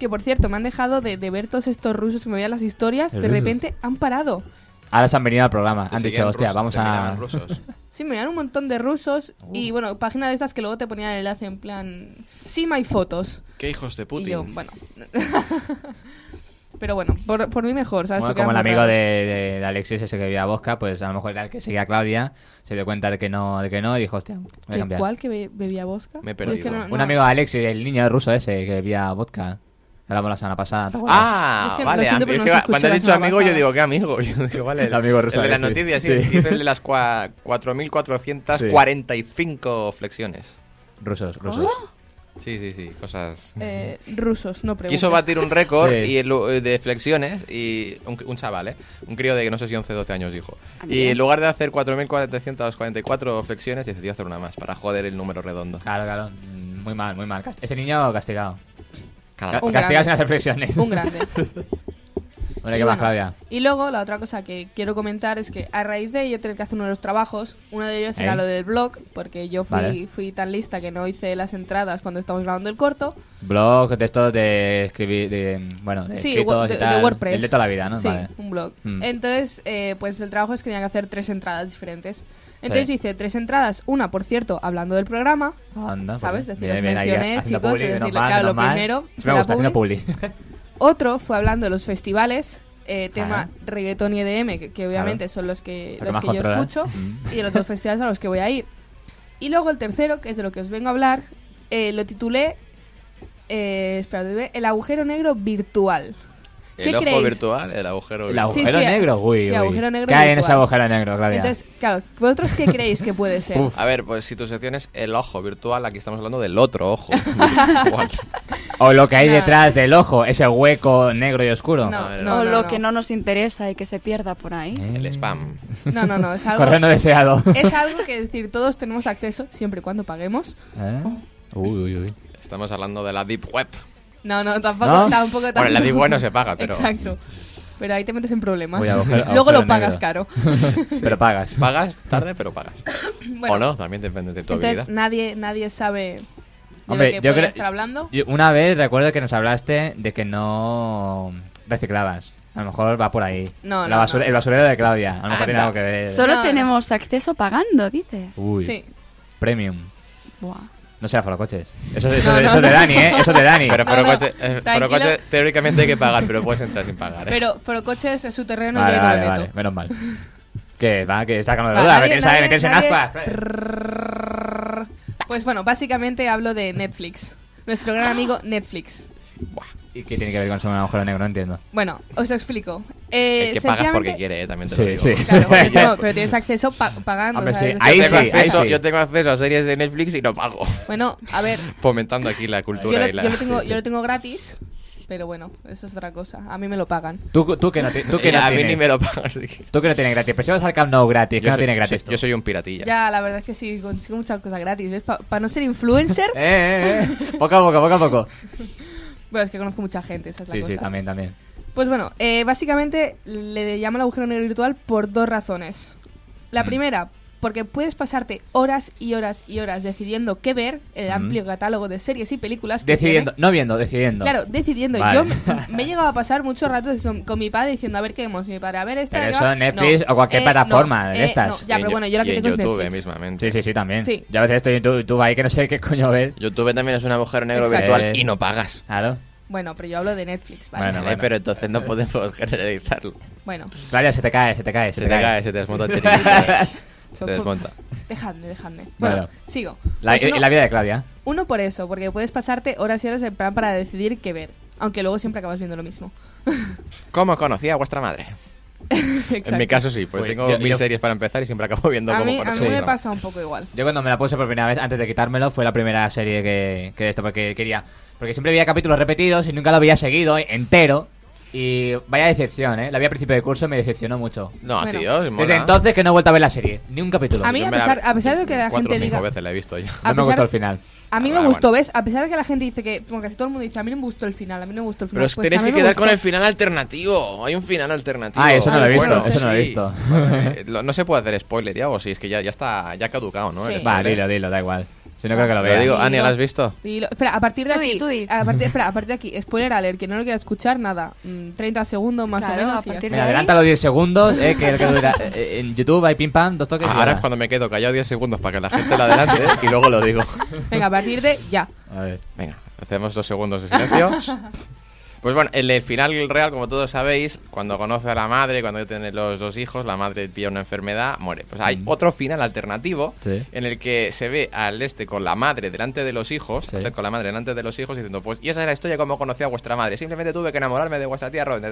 Speaker 3: Que por cierto, me han dejado de, de ver todos estos rusos que me veían las historias. De
Speaker 2: ¿Rusos?
Speaker 3: repente han parado.
Speaker 2: Ahora se han venido al programa.
Speaker 4: Te
Speaker 2: Han
Speaker 4: seguían
Speaker 2: dicho, hostia,
Speaker 4: rusos,
Speaker 2: vamos
Speaker 4: te miraban
Speaker 2: a.
Speaker 4: rusos.
Speaker 3: Sí, me dan un montón de rusos.
Speaker 2: Uh.
Speaker 3: Y bueno, páginas de esas que luego te ponían el enlace en plan. Sí, my fotos.
Speaker 4: [laughs] ¿Qué hijos de
Speaker 3: Y yo,
Speaker 4: Putin?
Speaker 3: bueno. [laughs] Pero bueno, por, por mí mejor, ¿sabes?
Speaker 2: Bueno,
Speaker 3: Porque
Speaker 2: como el
Speaker 3: eran muy
Speaker 2: amigo de,
Speaker 3: raros.
Speaker 2: de- de Alexis, ese que vivía a Bosca, pues a lo mejor era el que seguía a Claudia, se dio cuenta de que no, de que no y dijo, hostia, voy a
Speaker 3: ¿Que
Speaker 2: cambiar.
Speaker 3: ¿Cuál que be- bebía vodka?
Speaker 4: Me he
Speaker 3: Pero es que
Speaker 4: perdido.
Speaker 3: no-
Speaker 2: Un
Speaker 3: no-
Speaker 2: amigo de Alexis, el niño ruso ese que bebía vodka. Hablamos la semana pasada. ¿te acuerdas?
Speaker 4: Ah,
Speaker 3: Es que lo
Speaker 4: vale.
Speaker 3: siento,
Speaker 4: am-
Speaker 3: pero
Speaker 4: es
Speaker 3: no
Speaker 4: que
Speaker 3: se
Speaker 4: va-
Speaker 3: escuchó
Speaker 4: cuando has
Speaker 3: la
Speaker 4: dicho
Speaker 3: semana
Speaker 4: amigo, yo
Speaker 3: pasada.
Speaker 4: digo, ¿qué amigo? [laughs] Yo digo, vale. El,
Speaker 2: El amigo ruso,
Speaker 4: el de las
Speaker 2: sí.
Speaker 4: noticias, sí.
Speaker 2: Sí.
Speaker 4: Hizo el de las cua- 4.445 flexiones.
Speaker 2: Rusos, rusos.
Speaker 4: Sí, sí, sí. Cosas.
Speaker 3: Eh, rusos, no preguntes.
Speaker 4: Quiso batir un récord
Speaker 2: Sí.
Speaker 4: y lo- de flexiones y un, un chaval, ¿eh? Un crío de no sé si 11 12 años dijo.
Speaker 6: Ah,
Speaker 4: Y
Speaker 6: bien.
Speaker 4: en lugar de hacer 4.444 flexiones, decidió hacer una más para joder el número redondo.
Speaker 2: Claro, claro. Mm, Muy mal, muy mal. Cast- Ese niño castigado. Ca-
Speaker 4: Claro.
Speaker 3: Ah. Un
Speaker 2: castigado
Speaker 3: grande.
Speaker 2: sin hacer flexiones. [laughs]
Speaker 3: Un grande.
Speaker 2: Bueno,
Speaker 3: Y
Speaker 2: ¿qué más,
Speaker 3: bueno,
Speaker 2: Claudia?
Speaker 3: Y luego, la otra cosa que quiero comentar es que a raíz de yo tener que hacer uno de los trabajos, uno de ellos era
Speaker 2: ¿Eh?
Speaker 3: lo del blog, porque yo fui,
Speaker 2: Vale.
Speaker 3: fui tan lista que no hice las entradas cuando estábamos grabando el corto.
Speaker 2: Blog, textos de escribir, de, bueno, de
Speaker 3: sí,
Speaker 2: escritos
Speaker 3: wo-
Speaker 2: y
Speaker 3: de, de
Speaker 2: tal.
Speaker 3: WordPress.
Speaker 2: El de toda la vida, ¿no?
Speaker 3: Sí,
Speaker 2: Vale.
Speaker 3: un blog.
Speaker 2: Mm.
Speaker 3: Entonces, eh, pues el trabajo es que tenía que hacer tres entradas diferentes. Entonces yo hice tres entradas, una, por cierto, hablando del programa,
Speaker 2: Anda, pues
Speaker 3: ¿Sabes?
Speaker 2: bien,
Speaker 3: Decir, os
Speaker 2: bien, ahí
Speaker 3: mencioné,
Speaker 2: haciendo
Speaker 3: chicos,
Speaker 2: publi,
Speaker 3: es
Speaker 2: menos
Speaker 3: decir,
Speaker 2: mal,
Speaker 3: claro, lo
Speaker 2: menos mal.
Speaker 3: primero,
Speaker 2: Siempre me
Speaker 3: la
Speaker 2: gusta haciendo publi.
Speaker 3: Otro fue hablando de los festivales, eh, tema
Speaker 2: Ah.
Speaker 3: reggaetón y EDM, que, que obviamente
Speaker 2: Claro.
Speaker 3: son los que,
Speaker 2: Lo que
Speaker 3: los
Speaker 2: más
Speaker 3: que
Speaker 2: controla.
Speaker 3: yo escucho,
Speaker 2: Mm.
Speaker 3: y de los dos festivales a los que voy a ir. Y luego el tercero, que es de lo que os vengo a hablar, eh, lo titulé eh, espera, lo titulé El agujero negro virtual.
Speaker 4: El
Speaker 3: ¿Qué
Speaker 4: ojo
Speaker 3: creéis?
Speaker 4: virtual, el agujero
Speaker 2: El
Speaker 4: virtual.
Speaker 3: Sí,
Speaker 2: agujero
Speaker 3: sí,
Speaker 2: negro, uy,
Speaker 3: sí,
Speaker 2: uy.
Speaker 3: agujero negro
Speaker 2: ¿Qué hay en ese
Speaker 3: virtual.
Speaker 2: agujero negro, Claudia?
Speaker 3: Entonces, claro, ¿vosotros qué creéis que puede ser?
Speaker 2: Ah, Uf.
Speaker 4: A ver, pues si tu sección es el ojo virtual, aquí estamos hablando del otro ojo. virtual.
Speaker 2: o lo que hay
Speaker 3: nada.
Speaker 2: detrás del ojo, ese hueco negro y oscuro.
Speaker 3: No,
Speaker 4: A ver,
Speaker 3: no, no,
Speaker 6: o lo
Speaker 3: no.
Speaker 6: que no nos interesa y que se pierda por ahí.
Speaker 2: Eh,
Speaker 4: el spam.
Speaker 3: No, no,
Speaker 2: [laughs]
Speaker 3: no, es algo,
Speaker 2: Correo no deseado.
Speaker 3: [laughs] es algo que es decir, todos tenemos acceso siempre y cuando paguemos.
Speaker 2: [laughs] ¿Eh? Uy, uy,
Speaker 4: [laughs]
Speaker 2: uy.
Speaker 4: Estamos hablando de la deep web.
Speaker 3: No, no, tampoco,
Speaker 2: ¿No?
Speaker 3: tampoco tanto.
Speaker 4: Bueno, la deep web no se paga, pero
Speaker 3: Exacto. Pero ahí te metes en problemas.
Speaker 2: Voy a buscar- a
Speaker 3: [laughs] Luego
Speaker 2: buscar
Speaker 3: lo
Speaker 2: el
Speaker 3: pagas
Speaker 2: negro. [laughs]
Speaker 3: caro.
Speaker 2: Pero pagas.
Speaker 4: pagas tarde, pero pagas.
Speaker 3: Bueno,
Speaker 4: o no, también depende de tu
Speaker 3: Entonces
Speaker 4: habilidad.
Speaker 3: nadie, nadie sabe de
Speaker 2: Hombre,
Speaker 3: lo que
Speaker 2: yo
Speaker 3: podría
Speaker 2: creo-
Speaker 3: estar hablando.
Speaker 2: Y Una vez recuerdo que nos hablaste de que no reciclabas. A lo mejor va por ahí.
Speaker 3: No,
Speaker 2: La
Speaker 3: no,
Speaker 2: basura-
Speaker 3: no. Ah,
Speaker 2: El basurero de Claudia. A lo mejor tiene
Speaker 4: Anda.
Speaker 2: algo que ver.
Speaker 6: Solo
Speaker 3: No, no.
Speaker 6: tenemos acceso pagando, dices.
Speaker 2: Uy,
Speaker 3: Sí.
Speaker 2: premium. Uh.
Speaker 6: Buah.
Speaker 2: No será forocoches. Eso, eso,
Speaker 3: No, no,
Speaker 2: eso es de
Speaker 3: no.
Speaker 2: Dani, ¿eh? Eso es de
Speaker 3: [laughs]
Speaker 2: Dani.
Speaker 4: Pero
Speaker 3: No,
Speaker 4: por
Speaker 3: no,
Speaker 4: coche, eh,
Speaker 3: tranquilo.
Speaker 4: Forocoche, teóricamente hay que pagar, pero puedes entrar sin pagar. ¿eh?
Speaker 3: Pero, pero coches es su terreno y
Speaker 2: vale,
Speaker 3: yo no
Speaker 2: vale,
Speaker 3: me
Speaker 2: vale.
Speaker 3: meto.
Speaker 2: Menos mal. Que va, que sácanos de
Speaker 3: Va,
Speaker 2: duda.
Speaker 3: nadie-
Speaker 2: Meterse ahí,
Speaker 3: nadie-
Speaker 2: meterse en
Speaker 3: nadie-
Speaker 2: ascuas.
Speaker 3: Prrrr. Pues bueno, básicamente hablo de Netflix. Nuestro gran amigo Netflix.
Speaker 2: ¿Y qué tiene que ver con su agujero negro? No entiendo.
Speaker 3: Bueno, os lo explico. Eh,
Speaker 4: el que pagas porque
Speaker 3: sencillamente-
Speaker 4: quiere, eh, también te lo
Speaker 2: Sí,
Speaker 4: digo.
Speaker 2: sí.
Speaker 3: Claro,
Speaker 4: [laughs]
Speaker 3: pero, no, pero tienes acceso pa- pagando.
Speaker 2: Hombre,
Speaker 3: ¿sabes?
Speaker 2: sí, ahí
Speaker 4: yo, tengo
Speaker 2: sí, ahí
Speaker 4: acceso,
Speaker 2: sí.
Speaker 4: yo tengo acceso a series de Netflix y no pago. [laughs]
Speaker 3: Bueno, a ver,
Speaker 4: Fomentando aquí la
Speaker 3: yo
Speaker 4: cultura
Speaker 3: lo,
Speaker 4: y la.
Speaker 3: yo lo
Speaker 2: [laughs]
Speaker 4: [laughs]
Speaker 3: tengo, yo lo tengo gratis, pero bueno, eso es otra cosa. A mí me lo pagan.
Speaker 2: Tú, tú que no, ti-
Speaker 4: [laughs]
Speaker 2: tú que
Speaker 4: Y
Speaker 2: no
Speaker 4: a mí
Speaker 2: tienes.
Speaker 4: ni me lo pagas. así que-
Speaker 2: Tú que no tienes gratis. Pero si vas al Camp Nou gratis, que
Speaker 4: Yo
Speaker 2: no
Speaker 4: soy-
Speaker 2: tiene gratis.
Speaker 4: sí,
Speaker 2: tú.
Speaker 4: yo soy un piratilla.
Speaker 3: Ya, la verdad es que sí, consigo muchas cosas gratis. Para no
Speaker 2: [laughs]
Speaker 3: ser influencer,
Speaker 2: Eh, eh, eh. Poco a poco, poco a poco.
Speaker 3: bueno, es que conozco mucha gente, esa es la
Speaker 2: Sí,
Speaker 3: cosa.
Speaker 2: sí, también, también.
Speaker 3: Pues bueno, eh, básicamente le llamo el agujero negro virtual por dos razones. La
Speaker 2: Mm.
Speaker 3: primera, porque puedes pasarte horas y horas y horas decidiendo qué ver, el
Speaker 2: Mm.
Speaker 3: amplio catálogo de series y películas que
Speaker 2: Decidiendo,
Speaker 3: tiene.
Speaker 2: no viendo, decidiendo.
Speaker 3: Claro, decidiendo.
Speaker 2: Vale.
Speaker 3: Yo me, me he llegado a pasar muchos ratos con, con mi padre diciendo, a ver qué vemos. Y Mi padre, a ver esta.
Speaker 2: Pero
Speaker 3: no,
Speaker 2: eso en Netflix
Speaker 3: no,
Speaker 2: o cualquier
Speaker 3: eh,
Speaker 2: plataforma
Speaker 3: no,
Speaker 2: de
Speaker 3: eh,
Speaker 2: estas.
Speaker 3: no, ya,
Speaker 4: Y en
Speaker 3: pero
Speaker 4: yo-
Speaker 3: bueno, yo lo que
Speaker 4: y en
Speaker 3: tengo es
Speaker 4: YouTube eh,
Speaker 3: Netflix.
Speaker 4: mismamente.
Speaker 2: Sí, sí, sí, también.
Speaker 3: Sí.
Speaker 2: Yo a veces estoy en tu- YouTube ahí que no sé qué coño ver.
Speaker 4: YouTube también es un agujero negro
Speaker 3: Exacto. Eh.
Speaker 4: virtual y no pagas.
Speaker 2: Claro.
Speaker 3: Bueno, pero yo hablo de Netflix, ¿vale?
Speaker 2: Bueno,
Speaker 4: Vale, Pero entonces no podemos [laughs] generalizarlo.
Speaker 3: bueno
Speaker 2: Claro, se te cae, se te cae,
Speaker 4: Se te cae, se te
Speaker 3: [laughs]
Speaker 4: desmonta el chiringuito. eh. Se te desmonta.
Speaker 3: Dejadme, dejadme. Bueno,
Speaker 2: Bueno.
Speaker 3: sigo.
Speaker 2: La,
Speaker 3: Pues uno,
Speaker 2: y la vida de Claudia.
Speaker 3: uno por eso, porque puedes pasarte horas y horas en plan para decidir qué ver. Aunque luego siempre acabas viendo lo mismo. [laughs]
Speaker 4: ¿Cómo conocí a vuestra madre? En mi
Speaker 3: Exacto.
Speaker 4: caso sí, porque
Speaker 2: Uy,
Speaker 4: tengo
Speaker 2: yo-
Speaker 4: mil
Speaker 2: yo-
Speaker 4: series para empezar y siempre acabo viendo
Speaker 3: A
Speaker 4: cómo
Speaker 3: mí, a
Speaker 4: conocí
Speaker 3: mí
Speaker 4: a
Speaker 3: me
Speaker 4: vuestra
Speaker 3: pasa un poco igual.
Speaker 2: Yo cuando me la puse por primera vez, antes de quitármelo, fue la primera serie que, que de esto, porque quería... Porque siempre veía capítulos repetidos y nunca lo veía seguido, entero. Y vaya decepción, ¿eh? La vi al principio de curso, me decepcionó mucho.
Speaker 4: No,
Speaker 3: Bueno.
Speaker 4: tío, es mola.
Speaker 2: Desde entonces que no he vuelto a ver la serie, ni un capítulo.
Speaker 3: A mí,
Speaker 4: Yo
Speaker 3: a
Speaker 4: me la-
Speaker 3: pesar, a pesar de que la
Speaker 4: cuatro
Speaker 3: gente
Speaker 4: o cinco
Speaker 3: diga.
Speaker 4: veces la he visto yo.
Speaker 3: a
Speaker 2: no me
Speaker 3: pesar-
Speaker 2: gustó el final.
Speaker 3: A mí
Speaker 4: Ah,
Speaker 3: me
Speaker 4: bueno.
Speaker 3: gustó, ¿ves? A pesar de que la gente dice que. Como casi todo el mundo dice, a mí no me gustó el final, a mí no me gustó el final.
Speaker 4: Pero os
Speaker 3: Pues
Speaker 4: tenéis
Speaker 3: a mí
Speaker 4: que
Speaker 3: me
Speaker 4: quedar con el
Speaker 3: gustó.
Speaker 4: final alternativo. Hay un final alternativo.
Speaker 2: Ah, eso no
Speaker 3: lo he
Speaker 4: Ah,
Speaker 3: visto,
Speaker 4: bueno,
Speaker 3: eso
Speaker 2: no lo he
Speaker 4: sí.
Speaker 2: visto.
Speaker 3: [laughs]
Speaker 4: Vale, eh, lo- no se puede hacer spoiler ya, o si es que ya, ya está ya ha caducado, ¿no?
Speaker 3: Sí.
Speaker 4: El
Speaker 2: Va,
Speaker 4: spoiler.
Speaker 2: dilo, dilo, da igual. Si no creo que lo
Speaker 4: Lo
Speaker 2: vea.
Speaker 4: digo, Ania, ¿la has
Speaker 3: Digo-
Speaker 4: visto?
Speaker 3: Y lo- espera, a partir de
Speaker 6: Tú di,
Speaker 3: aquí.
Speaker 6: tú di.
Speaker 3: A partir, espera, a partir de aquí. Spoiler alert, que no lo quiera escuchar, nada. mm, 30 segundos más
Speaker 6: Claro,
Speaker 3: o menos.
Speaker 6: a
Speaker 3: y ya
Speaker 6: partir
Speaker 3: está.
Speaker 2: Mira, adelanta los 10 segundos, eh, que, que dura- eh, en YouTube hay pim pam, dos toques. y
Speaker 4: Ah, Ahora
Speaker 2: nada.
Speaker 4: es cuando me quedo callado 10 segundos para que la gente la adelante y luego lo
Speaker 2: [laughs]
Speaker 4: digo.
Speaker 3: Venga, a partir de ya.
Speaker 2: A ver.
Speaker 4: Venga, hacemos dos segundos de silencio.
Speaker 2: [laughs]
Speaker 4: Pues bueno, el, el final real, como todos sabéis, cuando conoce a la madre, cuando tiene los dos hijos, la madre pilla una enfermedad, muere. Pues hay otro final alternativo
Speaker 2: Mm. Sí.
Speaker 4: en el que se ve al este con la madre delante de los hijos,
Speaker 2: Sí.
Speaker 4: usted con la madre delante de los hijos, diciendo, pues, y esa es la historia como conocí a vuestra madre. Simplemente tuve que enamorarme de vuestra tía Robin.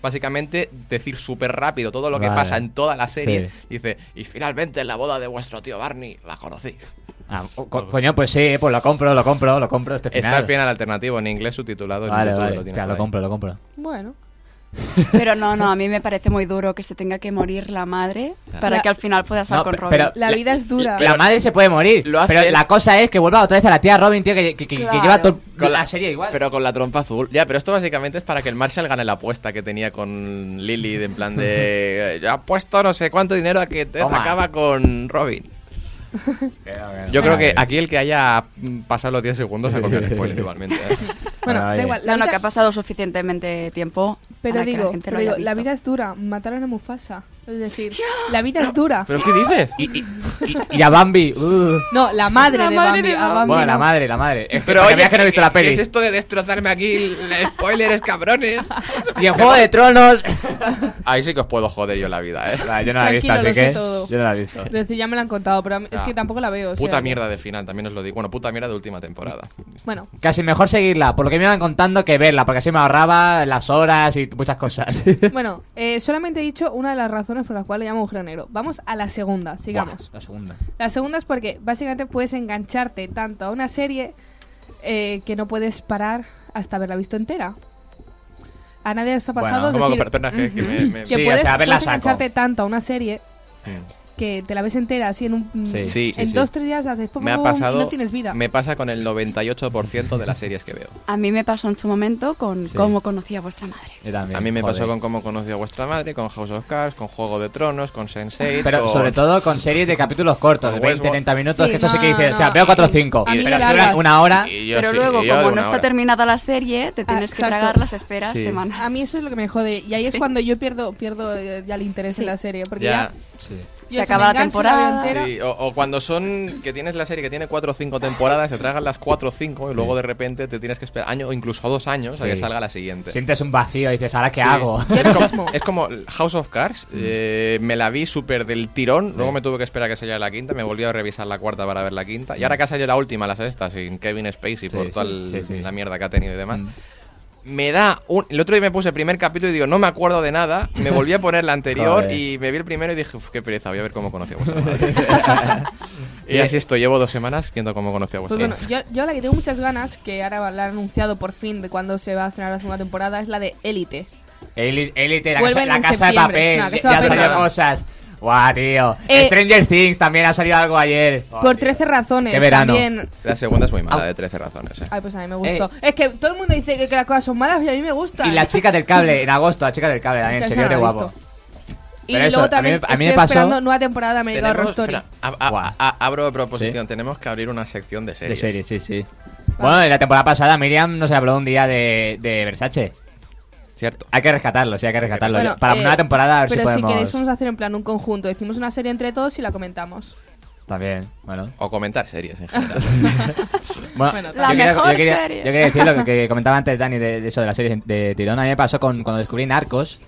Speaker 4: Básicamente, decir súper rápido todo lo que
Speaker 2: Vale.
Speaker 4: pasa en toda la serie.
Speaker 2: Sí.
Speaker 4: Dice, y finalmente en la boda de vuestro tío Barney la conocí.
Speaker 2: Ah, co- coño, pues sí, pues lo compro, lo compro, lo compro este final.
Speaker 4: Está el final alternativo en inglés subtitulado. en
Speaker 2: Vale,
Speaker 4: YouTube,
Speaker 2: vale,
Speaker 4: tiene
Speaker 2: hostia,
Speaker 4: por
Speaker 2: lo
Speaker 4: ahí.
Speaker 2: compro, lo compro.
Speaker 3: Bueno.
Speaker 6: Pero no, no, a mí me parece muy duro que se tenga que morir la madre para
Speaker 3: La-
Speaker 6: que al final pueda estar
Speaker 2: No,
Speaker 6: con
Speaker 2: pe-
Speaker 6: Robin.
Speaker 2: pero-
Speaker 3: La
Speaker 2: La-
Speaker 3: vida es dura.
Speaker 2: la madre se puede morir,
Speaker 4: lo hace
Speaker 2: pero
Speaker 4: él.
Speaker 2: la cosa es que vuelva otra vez a la tía Robin, tío, que, que- que- que
Speaker 6: Claro.
Speaker 2: lleva todo-
Speaker 4: Con
Speaker 2: la, serie igual.
Speaker 4: Pero con la trompa azul. Ya, pero esto básicamente es para que el Marshall gane la apuesta que tenía con Lily, de en
Speaker 2: [laughs]
Speaker 4: plan de. eh, Yo apuesto no sé cuánto dinero a que te
Speaker 2: Toma.
Speaker 4: acaba con Robin. Yo creo
Speaker 2: eh.
Speaker 4: que aquí el que haya mm, pasado los 10 segundos se comió
Speaker 2: [laughs]
Speaker 4: el spoiler igualmente. ¿eh?
Speaker 3: Bueno,
Speaker 2: Ah,
Speaker 3: da
Speaker 2: vale.
Speaker 3: igual. La
Speaker 6: No, no,
Speaker 3: vida-
Speaker 6: que ha pasado suficientemente tiempo.
Speaker 3: Pero
Speaker 6: para que la
Speaker 3: digo,
Speaker 6: gente
Speaker 3: pero
Speaker 6: lo haya
Speaker 3: digo, la
Speaker 6: visto.
Speaker 3: vida es dura. Mataron a Mufasa. Es decir, la vida es dura.
Speaker 4: ¿Pero qué dices?
Speaker 2: Y, y- y- y a Bambi. uh.
Speaker 3: No, la madre,
Speaker 6: La
Speaker 3: de,
Speaker 6: madre
Speaker 3: Bambi,
Speaker 6: de
Speaker 3: a
Speaker 6: Bambi.
Speaker 3: Bambi
Speaker 2: Bueno, la
Speaker 3: no.
Speaker 2: madre, la madre. Es que,
Speaker 4: Pero
Speaker 2: para que
Speaker 4: oye,
Speaker 2: veas que no he visto
Speaker 4: ¿qué-
Speaker 2: la
Speaker 4: qué
Speaker 2: peli.
Speaker 4: es esto de destrozarme aquí el-
Speaker 2: [laughs]
Speaker 4: spoilers, cabrones?
Speaker 2: Y en Juego de
Speaker 3: [laughs]
Speaker 2: Tronos.
Speaker 4: Ahí sí que os puedo joder yo la vida, ¿eh?
Speaker 2: Ah, yo no la he visto,
Speaker 3: Tranquilo,
Speaker 2: así
Speaker 3: lo sé
Speaker 2: que.
Speaker 3: todo.
Speaker 2: Yo no la he visto.
Speaker 3: Es decir, ya me la han contado, pero a mí- es
Speaker 4: Ah.
Speaker 3: que tampoco la veo. o sea
Speaker 4: Puta
Speaker 3: que-
Speaker 4: mierda de final, también os lo digo. Bueno, puta mierda de última temporada.
Speaker 3: Bueno, [laughs]
Speaker 2: Casi mejor seguirla, por lo que me iban contando, que verla, porque así me ahorraba las horas y muchas cosas.
Speaker 3: bueno eh, solamente he dicho una de las razones por las cuales le llamo agujero negro. Vamos a la segunda, [laughs] sigamos.
Speaker 2: Buah, La segunda.
Speaker 3: La segunda es porque básicamente puedes engancharte tanto a una serie eh, que no puedes parar hasta haberla visto entera. A nadie os ha pasado
Speaker 2: Bueno,
Speaker 4: ¿Cómo hago?
Speaker 3: decir,
Speaker 4: Perdona, que- que me- me-
Speaker 3: que
Speaker 2: Sí, o
Speaker 3: puedes,
Speaker 2: sea, verla
Speaker 3: puedes
Speaker 2: saco.
Speaker 3: engancharte tanto a una serie que te la ves entera así en un
Speaker 2: Sí,
Speaker 4: sí,
Speaker 3: en
Speaker 4: sí.
Speaker 3: dos tres días la haces pum,
Speaker 4: Me ha
Speaker 3: pum, pum, y
Speaker 4: pasado.
Speaker 3: no tienes vida
Speaker 4: Me pasa con el 98% de las series que veo.
Speaker 6: A mí me pasó en su momento con
Speaker 2: Sí.
Speaker 6: cómo conocí a vuestra madre.
Speaker 2: Yo también,
Speaker 4: A mí me
Speaker 2: Eh, joder.
Speaker 4: pasó con cómo conocí a vuestra madre, con House of Cards, con Juego de Tronos, con Sensei.
Speaker 2: Pero sobre todo con series
Speaker 4: [laughs]
Speaker 2: de capítulos cortos,
Speaker 4: Con
Speaker 2: 20,
Speaker 4: Westworld.
Speaker 2: 30 minutos,
Speaker 3: Sí,
Speaker 2: que esto sí
Speaker 3: no,
Speaker 2: que dices,
Speaker 3: no,
Speaker 2: o sea, veo
Speaker 3: no.
Speaker 2: 4 o 5.
Speaker 3: A mí
Speaker 2: Pero
Speaker 3: me
Speaker 2: si duran
Speaker 3: largas.
Speaker 2: una hora,
Speaker 6: pero luego, como no está terminada la serie,
Speaker 7: Ah,
Speaker 6: te tienes que
Speaker 3: exacto.
Speaker 6: tragar las esperas
Speaker 2: Sí.
Speaker 3: a
Speaker 6: semanas.
Speaker 3: mí eso es lo que me jode y ahí es cuando yo pierdo pierdo eh, ya el interés
Speaker 6: Sí.
Speaker 3: en la serie porque ya,
Speaker 4: Ya.
Speaker 6: Se
Speaker 3: yo me
Speaker 6: acaba la
Speaker 3: engancho y veo
Speaker 6: temporada.
Speaker 3: entera.
Speaker 4: Sí, o, o cuando son que tienes la serie que tiene 4 o 5 temporadas, se tragan las 4 o 5 y luego de repente te tienes que esperar año o incluso dos años a que
Speaker 2: Sí.
Speaker 4: salga la siguiente.
Speaker 2: sientes un vacío y dices, ¿ahora qué
Speaker 4: Sí. [laughs]
Speaker 2: hago?
Speaker 4: Es como, es como House of Cards.
Speaker 2: Mm.
Speaker 4: eh, me la vi súper del tirón. Luego me tuve que esperar a que saliera la quinta. Me volví a revisar la cuarta para ver la quinta. Y ahora que ha salido la última, la sexta, sin Kevin Spacey por
Speaker 2: sí,
Speaker 4: toda el-
Speaker 2: sí, sí.
Speaker 4: la mierda que ha tenido y demás.
Speaker 2: Mm.
Speaker 4: Me da un. El otro día me puse el primer capítulo y digo, no me acuerdo de nada. Me volví a poner la
Speaker 2: [laughs]
Speaker 4: anterior
Speaker 2: Joder.
Speaker 4: y me vi el primero y dije, "Uf, qué pereza, voy a ver cómo conocí a
Speaker 2: [laughs]
Speaker 4: vuestra madre. y así estoy, llevo dos semanas viendo cómo conocí a vuestra
Speaker 3: Pues bueno,
Speaker 4: madre.
Speaker 3: yo, yo la que tengo muchas ganas, que ahora la han anunciado por fin de cuándo se va a estrenar la segunda temporada, es la de Élite.
Speaker 2: Eli- Élite, la
Speaker 3: Vuelven
Speaker 2: casa, la
Speaker 3: en
Speaker 2: casa de
Speaker 3: septiembre.
Speaker 2: papel,
Speaker 3: No,
Speaker 2: ya
Speaker 3: Casa de
Speaker 2: ya han
Speaker 3: Papel
Speaker 2: salido
Speaker 3: nada.
Speaker 2: cosas. Guau, tío.
Speaker 3: Eh,
Speaker 2: Stranger Things también ha salido algo ayer.
Speaker 3: por 13 razones.
Speaker 2: Qué verano.
Speaker 3: También...
Speaker 4: La segunda es muy mala,
Speaker 2: Au.
Speaker 4: de 13 razones. eh.
Speaker 3: Ay, pues a mí me gustó. Es que todo el mundo dice que, que las cosas son malas y a mí me gustan.
Speaker 2: Y la chica del cable, en agosto, la chica del cable también,
Speaker 3: Que
Speaker 2: serio
Speaker 3: esa
Speaker 2: de
Speaker 3: no la he
Speaker 2: guapo.
Speaker 3: visto. Y
Speaker 2: Pero eso,
Speaker 3: luego
Speaker 2: a mí-
Speaker 3: también
Speaker 2: a mí me
Speaker 3: estoy
Speaker 2: pasó-
Speaker 3: esperando nueva temporada de American Horror Story.
Speaker 4: espera, a- a-
Speaker 2: Guau.
Speaker 4: a- abro proposición, tenemos que abrir una sección de series.
Speaker 2: De series, sí, sí. Bueno, en la temporada pasada Miriam nos habló un día de, de Versace.
Speaker 4: Cierto.
Speaker 2: Hay que rescatarlo, sí, hay que rescatarlo.
Speaker 3: Bueno,
Speaker 2: Para
Speaker 3: eh,
Speaker 2: una temporada a ver si
Speaker 3: pero
Speaker 2: podemos...
Speaker 3: queréis vamos a hacer en plan un conjunto. Decimos una serie entre todos y la comentamos.
Speaker 2: También, bueno.
Speaker 4: O comentar series en general.
Speaker 2: [laughs] Bueno,
Speaker 3: Bueno,
Speaker 2: yo
Speaker 3: la
Speaker 2: quería-
Speaker 6: mejor
Speaker 2: yo quería,
Speaker 6: serie.
Speaker 2: yo quería decir lo que,
Speaker 3: [laughs]
Speaker 2: que comentaba antes Dani de, de eso de las series de tirón. A mí me pasó con, cuando descubrí Narcos.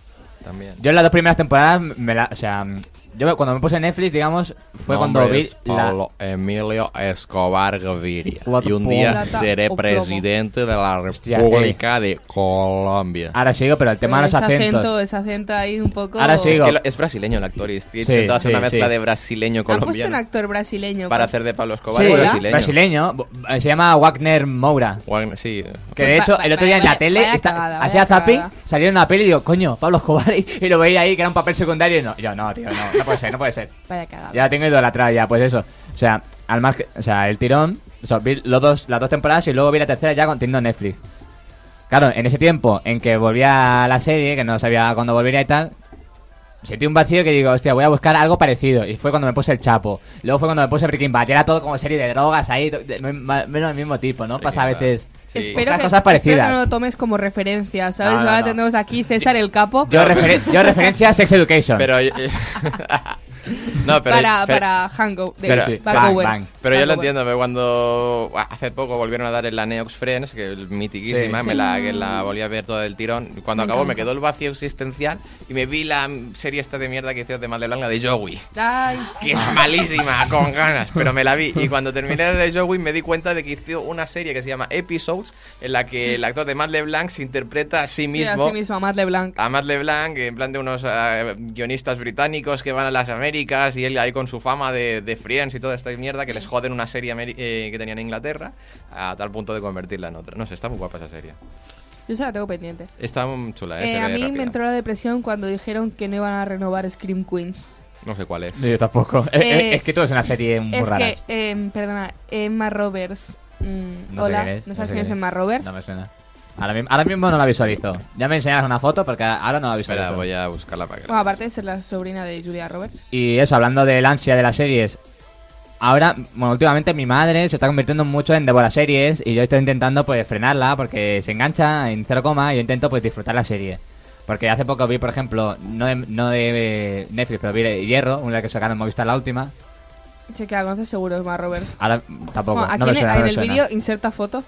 Speaker 4: También.
Speaker 2: Yo en las dos primeras temporadas me la, o sea, mm, Yo cuando me puse Netflix, digamos, fue cuando
Speaker 4: Nombre
Speaker 2: vi
Speaker 4: es
Speaker 2: la...
Speaker 4: Pablo Emilio Escobar Gaviria.
Speaker 2: Plata
Speaker 4: Y un
Speaker 2: plomo.
Speaker 4: día
Speaker 3: Plata
Speaker 4: seré
Speaker 3: o plomo.
Speaker 4: presidente de la
Speaker 2: Hostia, eh. Ah,
Speaker 4: República de Colombia.
Speaker 2: Ahora sigo, pero el tema de los
Speaker 3: ese
Speaker 2: acentos.
Speaker 3: acento, ese acento ahí un poco...
Speaker 2: Ahora
Speaker 4: Es,
Speaker 2: sigo.
Speaker 4: que lo- es brasileño el actor y estoy
Speaker 2: Sí,
Speaker 4: intentando hacer
Speaker 2: sí,
Speaker 4: una mezcla
Speaker 2: sí.
Speaker 4: de brasileño
Speaker 3: Han puesto un
Speaker 4: colombiano
Speaker 3: actor brasileño.
Speaker 4: para
Speaker 3: pues.
Speaker 4: hacer de Pablo Escobar
Speaker 2: Sí,
Speaker 4: es
Speaker 2: brasileño.
Speaker 4: brasileño.
Speaker 2: bo- eh, Se llama Wagner Moura.
Speaker 4: Wagner- sí.
Speaker 2: Que de
Speaker 3: Va-
Speaker 2: hecho,
Speaker 3: va-
Speaker 2: el otro día en la
Speaker 3: vaya-
Speaker 2: tele
Speaker 3: vaya
Speaker 2: esta-
Speaker 3: cagada, vaya
Speaker 2: hacía zapping,
Speaker 3: cagada.
Speaker 2: salió en una peli y digo, coño, Pablo Escobar. [laughs] Y, y lo veía ahí que era un papel secundario. Y no, yo no, tío, no, no puede ser, no puede
Speaker 3: [laughs]
Speaker 2: ser.
Speaker 3: Vaya cagada.
Speaker 2: Ya la tengo idolatrada ya, pues eso. O sea, al más que, o sea, el tirón, o sea, vi los dos, las dos temporadas y luego vi la tercera ya con teniendo Netflix. Claro, en ese tiempo en que volvía a la serie, que no sabía cuándo volvería y tal, sentí un vacío que digo, hostia, voy a buscar algo parecido. Y fue cuando me puse el Chapo. Luego fue cuando me puse Breaking Bad. Y era todo como serie de drogas ahí, to- de- me- ma- menos el mismo tipo, ¿no? Pasa a veces.
Speaker 4: Sí.
Speaker 3: Espero,
Speaker 2: Otras
Speaker 3: que,
Speaker 2: cosas parecidas.
Speaker 3: espero que no lo tomes como referencia, ¿sabes?
Speaker 2: No, no,
Speaker 3: Ahora
Speaker 2: no.
Speaker 3: tenemos aquí César el Capo
Speaker 2: Yo, referen- yo referencia a Sex Education.
Speaker 3: [laughs]
Speaker 4: Pero. [laughs] no, pero.
Speaker 3: para,
Speaker 4: pero-
Speaker 3: para Hango. De
Speaker 4: Pero-
Speaker 2: Sí,
Speaker 3: Barco
Speaker 2: bang,
Speaker 3: Bueno.
Speaker 2: bang.
Speaker 4: Pero yo
Speaker 3: Barco
Speaker 4: lo
Speaker 3: Bueno.
Speaker 4: entiendo, pero cuando ah, hace poco volvieron a dar en la Neox Friends, que es mitiquísima,
Speaker 2: Sí.
Speaker 4: me la, que la volví a ver toda del tirón. Cuando acabó me quedó el vacío existencial y me vi la mm, serie esta de mierda que hicieron de Madeleine, la de Joey.
Speaker 3: Ay, sí.
Speaker 4: Que es [laughs] malísima, con ganas, pero me la vi. Y cuando terminé de Joey me di cuenta de que hizo una serie que se llama Episodes, en la que el actor de Matt LeBlanc se interpreta a sí
Speaker 3: Sí,
Speaker 4: mismo.
Speaker 3: así mismo, a Matt LeBlanc.
Speaker 4: A Matt LeBlanc, en plan de unos eh, guionistas británicos que van a las Américas y él ahí con su fama de, de Friends y toda esta mierda que les joden una serie ameri- eh, que tenían en Inglaterra a tal punto de convertirla en otra. No sé, está muy guapa esa serie.
Speaker 3: Yo se la tengo pendiente.
Speaker 4: Está muy chula,
Speaker 3: Eh,
Speaker 4: ¿eh? se ve
Speaker 3: a mí
Speaker 4: rápida.
Speaker 3: me entró la depresión cuando dijeron que no iban a renovar Scream Queens.
Speaker 4: No sé cuál es.
Speaker 2: No, yo tampoco. Eh,
Speaker 3: Eh,
Speaker 2: eh, es que todo es una serie muy
Speaker 3: es
Speaker 2: rara.
Speaker 3: que, eh, perdona, Emma Roberts. mm,
Speaker 2: No sé
Speaker 3: hola,
Speaker 2: quién es,
Speaker 3: ¿no sabes
Speaker 2: sé
Speaker 3: quién es
Speaker 2: quién
Speaker 3: Emma Roberts?
Speaker 2: No me suena. Ahora mismo, ahora mismo no la visualizo. Ya me enseñarás una foto porque ahora no la visualizo.
Speaker 4: Espera, voy a buscarla para que la
Speaker 3: Bueno, aparte de ser la sobrina de Julia Roberts.
Speaker 2: Y eso, hablando del ansia de las series. Ahora, bueno, últimamente mi madre se está convirtiendo mucho en devora series y yo estoy intentando pues frenarla porque se engancha en cero coma y yo intento pues disfrutar la serie. Porque hace poco vi, por ejemplo, no de, no de Netflix, pero vi Hierro, una que sacaron en Movistar la última.
Speaker 3: Che, que la conoces seguro, Emma Roberts.
Speaker 2: Ahora tampoco,
Speaker 3: Bueno, aquí
Speaker 2: no me
Speaker 3: en,
Speaker 2: suena,
Speaker 3: en
Speaker 2: no me
Speaker 3: el
Speaker 2: suena.
Speaker 3: vídeo inserta foto.